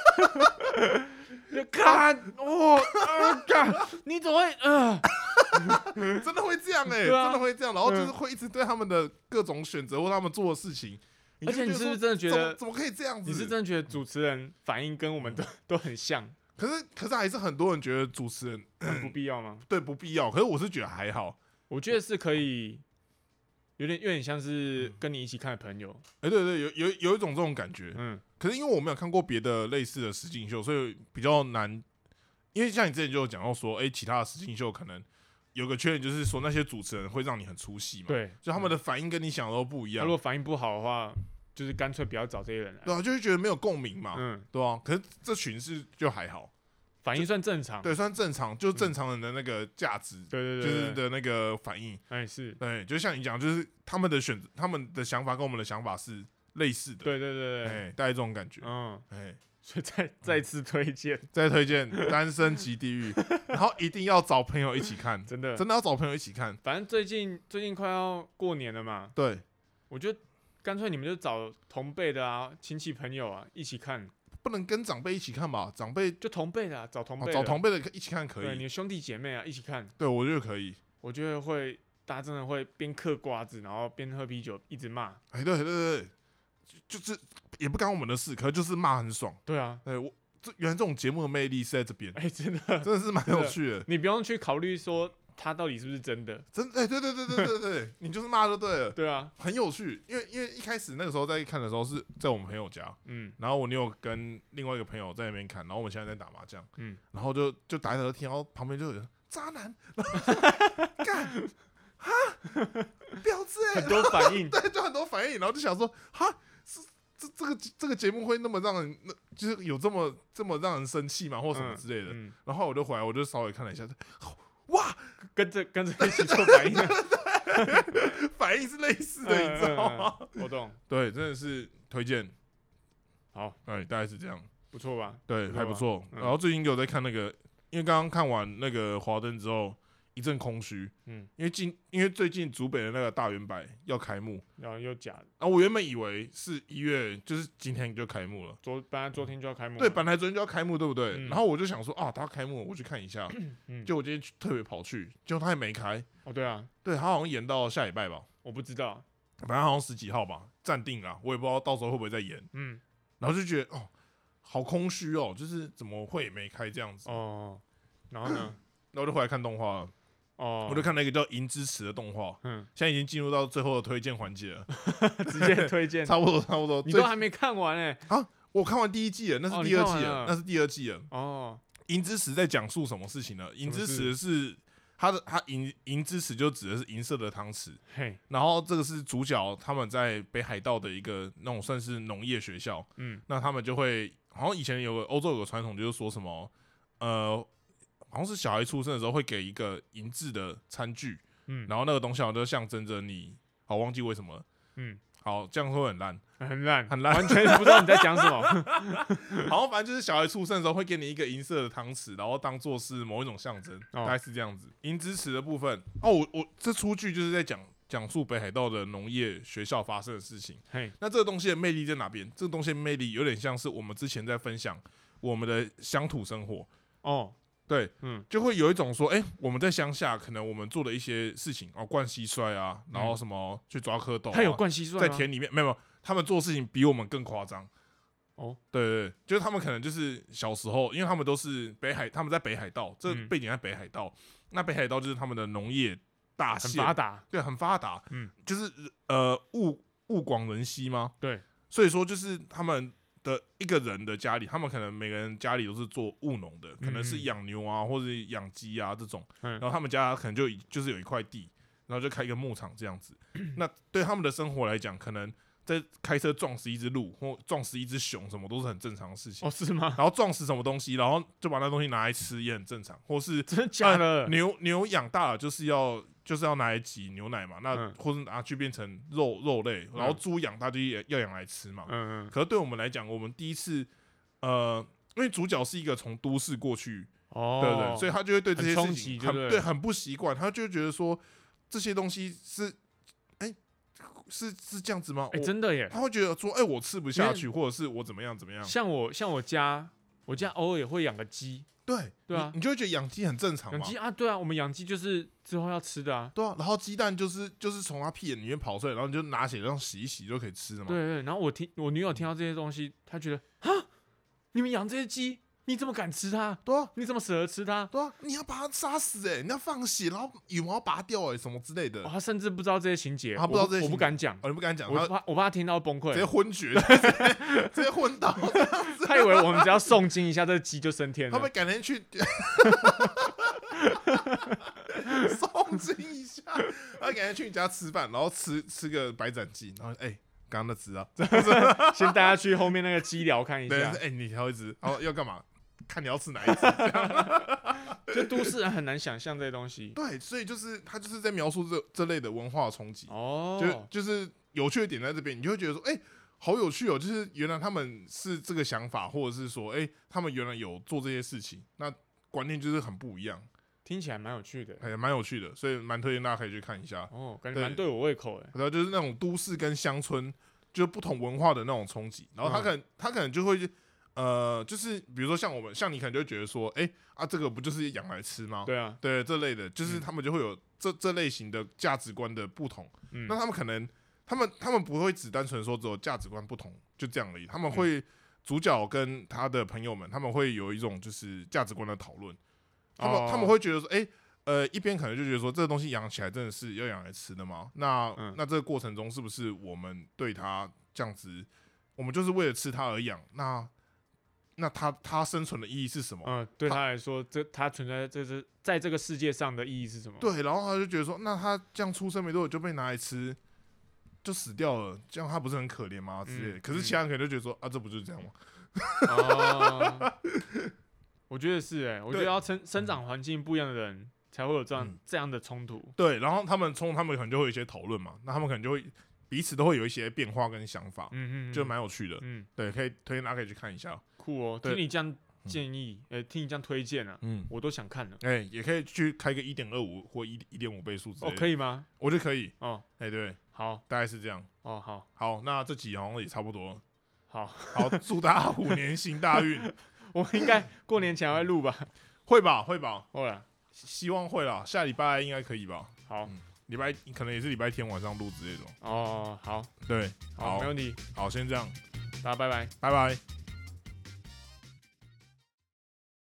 Speaker 2: 就看哦，啊干、你怎么会呃？
Speaker 1: 真的会这样哎、
Speaker 2: 对啊
Speaker 1: 真的会这样，然后就是会一直对他们的各种选择或他们做的事情，
Speaker 2: 而且你是不是
Speaker 1: 就
Speaker 2: 真的觉
Speaker 1: 觉得说
Speaker 2: 得
Speaker 1: 怎么怎么可以这样子？
Speaker 2: 你是真的觉得主持人反应跟我们都都很像，
Speaker 1: 可是可是还是很多人觉得主持人
Speaker 2: 很不必要吗？
Speaker 1: 对不必要，可是我是觉得还好。
Speaker 2: 我觉得是可以，有点有点像
Speaker 1: 嗯
Speaker 2: 是跟你一起看的朋友，
Speaker 1: 哎、对对，有有有一种这种感觉。
Speaker 2: 嗯，
Speaker 1: 可是因为我没有看过别的类似的实境秀，所以比较难。因为像你之前就有讲到说，哎、其他的实境秀可能有个缺点，就是说那些主持人会让你很出戏嘛，，
Speaker 2: 对，
Speaker 1: 就他们的反应跟你想的都不一
Speaker 2: 他
Speaker 1: 样
Speaker 2: 如。果反应不好的话，就是干脆不要找这些人来。
Speaker 1: 对啊，就会觉得没有共鸣嘛，
Speaker 2: 嗯，
Speaker 1: 对啊，可是这群是就还好，
Speaker 2: 反应算正常。
Speaker 1: 对，算正常，就是正常人的那个价值，
Speaker 2: 嗯对对
Speaker 1: 就
Speaker 2: 对，
Speaker 1: 是
Speaker 2: 对，
Speaker 1: 的那个反应。
Speaker 2: 哎是，
Speaker 1: 对，就像你讲，就是他们的选择，他们的想法跟我们的想法是类似的，
Speaker 2: 对对对对，
Speaker 1: 哎，大概这种感觉。
Speaker 2: 嗯，
Speaker 1: 哎，
Speaker 2: 所以再再次推荐，
Speaker 1: 再推荐《单身即地狱》，然后一定要找朋友一起 看，
Speaker 2: 真的，
Speaker 1: 真的要找朋友一起看。
Speaker 2: 反正最近最近快要过年了嘛，
Speaker 1: 对，
Speaker 2: 我觉得干脆你们就找同辈的啊，亲戚朋友啊一起看，
Speaker 1: 不能跟长辈一起看吧？长辈
Speaker 2: 就同辈的啊，找同辈
Speaker 1: 哦
Speaker 2: 的，
Speaker 1: 找同辈的一起看可
Speaker 2: 对你
Speaker 1: 以，
Speaker 2: 的兄弟姐妹啊一起看，
Speaker 1: 对我觉得可以。
Speaker 2: 我觉得会大家真的会边嗑瓜子，然后边喝啤酒，一直骂。
Speaker 1: 哎，对对对，就就是也不干我们的事，可是就是骂很爽。
Speaker 2: 对啊，
Speaker 1: 对我这原来这种节目的魅力是在这边，
Speaker 2: 哎、真的，
Speaker 1: 真的是蛮有趣的。
Speaker 2: 你不用去考虑说他到底是不是真的。
Speaker 1: 真哎，对对对对对对，你就是骂就对了。
Speaker 2: 对啊，
Speaker 1: 很有趣，因为因为一开始那个时候在看的时候是在我们朋友家，
Speaker 2: 嗯
Speaker 1: 然后我女友跟另外一个朋友在那边看，然后我们现在在打麻将，
Speaker 2: 嗯，
Speaker 1: 然后就就打一打就听，然后旁边就有人渣男，然 后就干啊婊子哎、，
Speaker 2: 很多反 应嗯
Speaker 1: 对，就很多反应，然后就想说哈，是这这个这个节目会那么让人，那就是有这么这么让人生气吗，或什么之类的。
Speaker 2: 嗯，
Speaker 1: 然后我就回来，我就稍微看了一下，哇，
Speaker 2: 跟着跟着一起做 反应啊，
Speaker 1: 反应是类似
Speaker 2: 嗯
Speaker 1: 的，你知道吗？？
Speaker 2: 嗯嗯我懂，
Speaker 1: 对，真的是推荐，
Speaker 2: 好，
Speaker 1: 哎，大概是这样。
Speaker 2: 不错吧？
Speaker 1: 对，
Speaker 2: 不
Speaker 1: 还
Speaker 2: 错
Speaker 1: 不
Speaker 2: 吧
Speaker 1: 错。
Speaker 2: 嗯
Speaker 1: 然后最近有在看那个，因为刚刚看完那个《华灯》之后，一阵空虚，
Speaker 2: 嗯，
Speaker 1: 因为近，因为最近竹北的那个大圆柏要开幕，
Speaker 2: 然后又假，
Speaker 1: 啊，我原本以为是一月，就是今天就开幕了，
Speaker 2: 昨本来昨天就要开幕，
Speaker 1: 对，？本来昨天就要开幕，对不对？
Speaker 2: 嗯
Speaker 1: 然后我就想说啊，它开幕，我去看一下，
Speaker 2: 嗯，
Speaker 1: 就我今天去特别跑去，结果它还没开，
Speaker 2: 哦，对啊，
Speaker 1: 对，它好像延到下礼拜吧，
Speaker 2: 我不知道，
Speaker 1: 反正好像十几号吧，暂定啦，我也不知道到时候会不会再延，
Speaker 2: 嗯，
Speaker 1: 然后就觉得哦，好空虚哦，就是怎么会没开这样子，
Speaker 2: 哦，然后呢？
Speaker 1: 然后就回来看动画了。
Speaker 2: 哦，
Speaker 1: 我就看了一个叫《银之匙》的动画，
Speaker 2: 嗯，
Speaker 1: 现在已经进入到最后的推荐环 节了，
Speaker 2: 直接 推荐，
Speaker 1: 差不多差不多。
Speaker 2: 你
Speaker 1: 最
Speaker 2: 都还没看完哎，
Speaker 1: 我看完第一季了，那是
Speaker 2: 哦你
Speaker 1: 第二
Speaker 2: 看
Speaker 1: 季
Speaker 2: 完
Speaker 1: 了，
Speaker 2: 了
Speaker 1: 那是第二季了。《
Speaker 2: 哦，
Speaker 1: 银之匙》在讲述什么事情呢？《银之匙》是它的它银银之匙就指的是银色的汤匙，
Speaker 2: 嘿，
Speaker 1: 然后这个是主角他们在北海道的一个那种算是农业学校，
Speaker 2: 嗯，
Speaker 1: 那他们就会好像以前有个欧洲有个传统，就是说什么呃。好像是小孩出生的时候会给一个银质的餐具，
Speaker 2: 嗯
Speaker 1: 然后那个东西好像就象征着你，好忘记为什么了，
Speaker 2: 嗯，
Speaker 1: 好，这样会很烂，
Speaker 2: 很烂，
Speaker 1: 很烂
Speaker 2: 完全不知道你在讲什么。
Speaker 1: 好，反正就是小孩出生的时候会给你一个银色的汤匙，然后当做是某一种象征，大
Speaker 2: 哦
Speaker 1: 概是这样子。银之匙的部分，哦，我我这出剧就是在讲讲述北海道的农业学校发生的事情。
Speaker 2: 嘿，
Speaker 1: 那这个东西的魅力在哪边？这个东西的魅力有点像是我们之前在分享我们的乡土生活，
Speaker 2: 哦，
Speaker 1: 对，
Speaker 2: 嗯，
Speaker 1: 就会有一种说，哎、我们在乡下可能我们做的一些事情，哦，灌蟋蟀啊，然后什么去抓蝌蚪、啊，
Speaker 2: 他有冠蟋蟀吗
Speaker 1: 在田里面，没有，没有，他们做事情比我们更夸张。
Speaker 2: 哦，
Speaker 1: 对对对，就是他们可能就是小时候，因为他们都是北海，他们在北海道，这
Speaker 2: 嗯
Speaker 1: 背景在北海道，那北海道就是他们的农业大
Speaker 2: 很
Speaker 1: 县，
Speaker 2: 发达，
Speaker 1: 对，很发达，
Speaker 2: 嗯，
Speaker 1: 就是呃物物广人稀吗？
Speaker 2: 对，
Speaker 1: 所以说就是他们的一个人的家里，他们可能每个人家里都是做务农的，可能
Speaker 2: 嗯
Speaker 1: 是养牛啊，或者是养鸡啊这种，
Speaker 2: 嗯
Speaker 1: 然后他们家可能就以就是有一块地，然后就开一个牧场这样子。那对他们的生活来讲，可能在开车撞死一只鹿或撞死一只熊什么都是很正常的事情。
Speaker 2: 哦，是吗？
Speaker 1: 然后撞死什么东西，然后就把那东西拿来吃也很正常，或是
Speaker 2: 真的假的？
Speaker 1: 牛牛养大了就是要就是要拿来挤牛奶嘛，那、
Speaker 2: 嗯
Speaker 1: 或者拿去变成肉肉类，然后
Speaker 2: 嗯
Speaker 1: 猪养大就也要养来吃嘛。
Speaker 2: 嗯嗯，
Speaker 1: 可是对我们来讲，我们第一次呃，因为主角是一个从都市过去
Speaker 2: 哦
Speaker 1: 的，人，所以他就会对这些
Speaker 2: 很
Speaker 1: 事
Speaker 2: 冲击
Speaker 1: 情
Speaker 2: 就
Speaker 1: 很
Speaker 2: 对了
Speaker 1: 对很不习惯，他就会觉得说这些东西是哎、是是这样子吗？
Speaker 2: 哎，
Speaker 1: 我
Speaker 2: 真的耶，
Speaker 1: 他会觉得说哎、我吃不下
Speaker 2: 因为
Speaker 1: 去，或者是我怎么样怎么样？
Speaker 2: 像我像我家，我
Speaker 1: 嗯
Speaker 2: 家偶尔也会养个鸡，
Speaker 1: 对
Speaker 2: 对啊
Speaker 1: 你你就会觉得养鸡很正常
Speaker 2: 养
Speaker 1: 嘛。
Speaker 2: 鸡啊，对啊，我们养鸡就是之后要吃的啊，
Speaker 1: 对啊，然后鸡蛋就是就是从它屁眼里面跑出来，然后你就拿起来这样洗一洗就可以吃了嘛。
Speaker 2: 对对，然后我听我女友听到这些东西，她觉得啊，你们养这些鸡，你怎么敢吃它？
Speaker 1: 对啊，
Speaker 2: 你怎么舍得吃它？
Speaker 1: 对啊，你要把它杀死哎、你要放血，然后羽毛拔掉哎、什么之类的。
Speaker 2: 哦她甚至不知道这些情节，
Speaker 1: 她不知道
Speaker 2: 我
Speaker 1: 这些
Speaker 2: 我
Speaker 1: 情
Speaker 2: 不
Speaker 1: 节
Speaker 2: 敢讲，
Speaker 1: 哦，你不敢讲，他
Speaker 2: 我怕我怕她听到崩
Speaker 1: 直接
Speaker 2: 溃，
Speaker 1: 昏厥， 直接昏倒。
Speaker 2: 她以为我们只要诵经一下，这鸡就升天
Speaker 1: 他们
Speaker 2: 了。
Speaker 1: 改天 去诵经一下，他改天去你家吃饭，然后吃吃个白斩鸡，然后哎、刚刚那只啊，
Speaker 2: 先带他去后面那个鸡寮看一
Speaker 1: 对，
Speaker 2: 下
Speaker 1: 哎、。你挑一只，然后要干嘛？看你要吃哪 一只。
Speaker 2: 就都市人很难想象这些东西。
Speaker 1: 对，所以就是他就是在描述这这类的文化冲击，就
Speaker 2: 哦，
Speaker 1: 就是有趣的点在这边，你就会觉得说，哎、好有趣哦！就是原来他们是这个想法，或者是说，哎、他们原来有做这些事情，那观念就是很不一样，
Speaker 2: 听起来蛮有趣的。
Speaker 1: 还蛮有趣的，所以蛮推荐大家可以去看一下。
Speaker 2: 哦，感觉
Speaker 1: 对
Speaker 2: 蛮对我胃口的。
Speaker 1: 然后就是那种都市跟乡村，就是不同文化的那种冲击。然后
Speaker 2: 嗯
Speaker 1: 他可能、他可能就会，呃，就是比如说像我们，像你可能就会觉得说，哎、啊，这个不就是养来吃吗？
Speaker 2: 对啊，
Speaker 1: 对这类的，就是
Speaker 2: 嗯
Speaker 1: 他们就会有这这类型的价值观的不同。
Speaker 2: 嗯
Speaker 1: 那他们可能，他们他们不会只单纯说只有价值观不同就这样而已，他们
Speaker 2: 嗯
Speaker 1: 会、主角跟他的朋友们，他们会有一种就是价值观的讨论。他们、
Speaker 2: 哦
Speaker 1: 他们会觉得说，哎、呃，一边可能就觉得说，这个东西养起来真的是要养来吃的吗？那、
Speaker 2: 嗯
Speaker 1: 那这个过程中是不是我们对它这样子，我们就是为了吃它而养？那那它它生存的意义是什么？
Speaker 2: 嗯，对他来说，这他存在在这在这个世界上的意义是什么？，
Speaker 1: 对，然后他就觉得说，那他这样出生没多久就被拿来吃，就死掉了，这样他不是很可怜吗？之类的。
Speaker 2: 嗯
Speaker 1: 可是其他人可能就觉得说，啊，这不就是这样吗？
Speaker 2: 哦， 我觉得是哎，我觉
Speaker 1: 对
Speaker 2: 得要生生长环境不一样的人才会有这样
Speaker 1: 嗯
Speaker 2: 这样的冲突。
Speaker 1: 对，然后他们从他们可能就会有一些讨论嘛，那他们可能就会彼此都会有一些变化跟想法，
Speaker 2: 嗯嗯，
Speaker 1: 就蛮有趣的。
Speaker 2: 嗯
Speaker 1: 对，可以推荐大家可以去看一下。
Speaker 2: 酷哦。
Speaker 1: 对
Speaker 2: 听你这样建议，呃，听你这样推荐啊，
Speaker 1: 嗯，
Speaker 2: 我都想看了。
Speaker 1: 哎、也可以去开个一点二五或一一点五倍数之类
Speaker 2: 哦，
Speaker 1: 的，
Speaker 2: 可以吗？
Speaker 1: 我觉得可以。
Speaker 2: 哦，
Speaker 1: 哎、对，
Speaker 2: 好，
Speaker 1: 大概是这样。
Speaker 2: 哦，好，
Speaker 1: 好，那这集好像也差不多了。
Speaker 2: 好，
Speaker 1: 好，祝大家虎年行大运，
Speaker 2: 我们应该过年前还会录吧？
Speaker 1: 会吧，会吧。
Speaker 2: 好了，
Speaker 1: 希望会啦，下礼拜应该可以吧？
Speaker 2: 好
Speaker 1: 嗯，礼拜可能也是礼拜天晚上录之类的哦。
Speaker 2: 哦，好，
Speaker 1: 对，
Speaker 2: 好，
Speaker 1: 好
Speaker 2: 没问题，
Speaker 1: 好，先这样，
Speaker 2: 大家拜拜。
Speaker 1: 拜拜。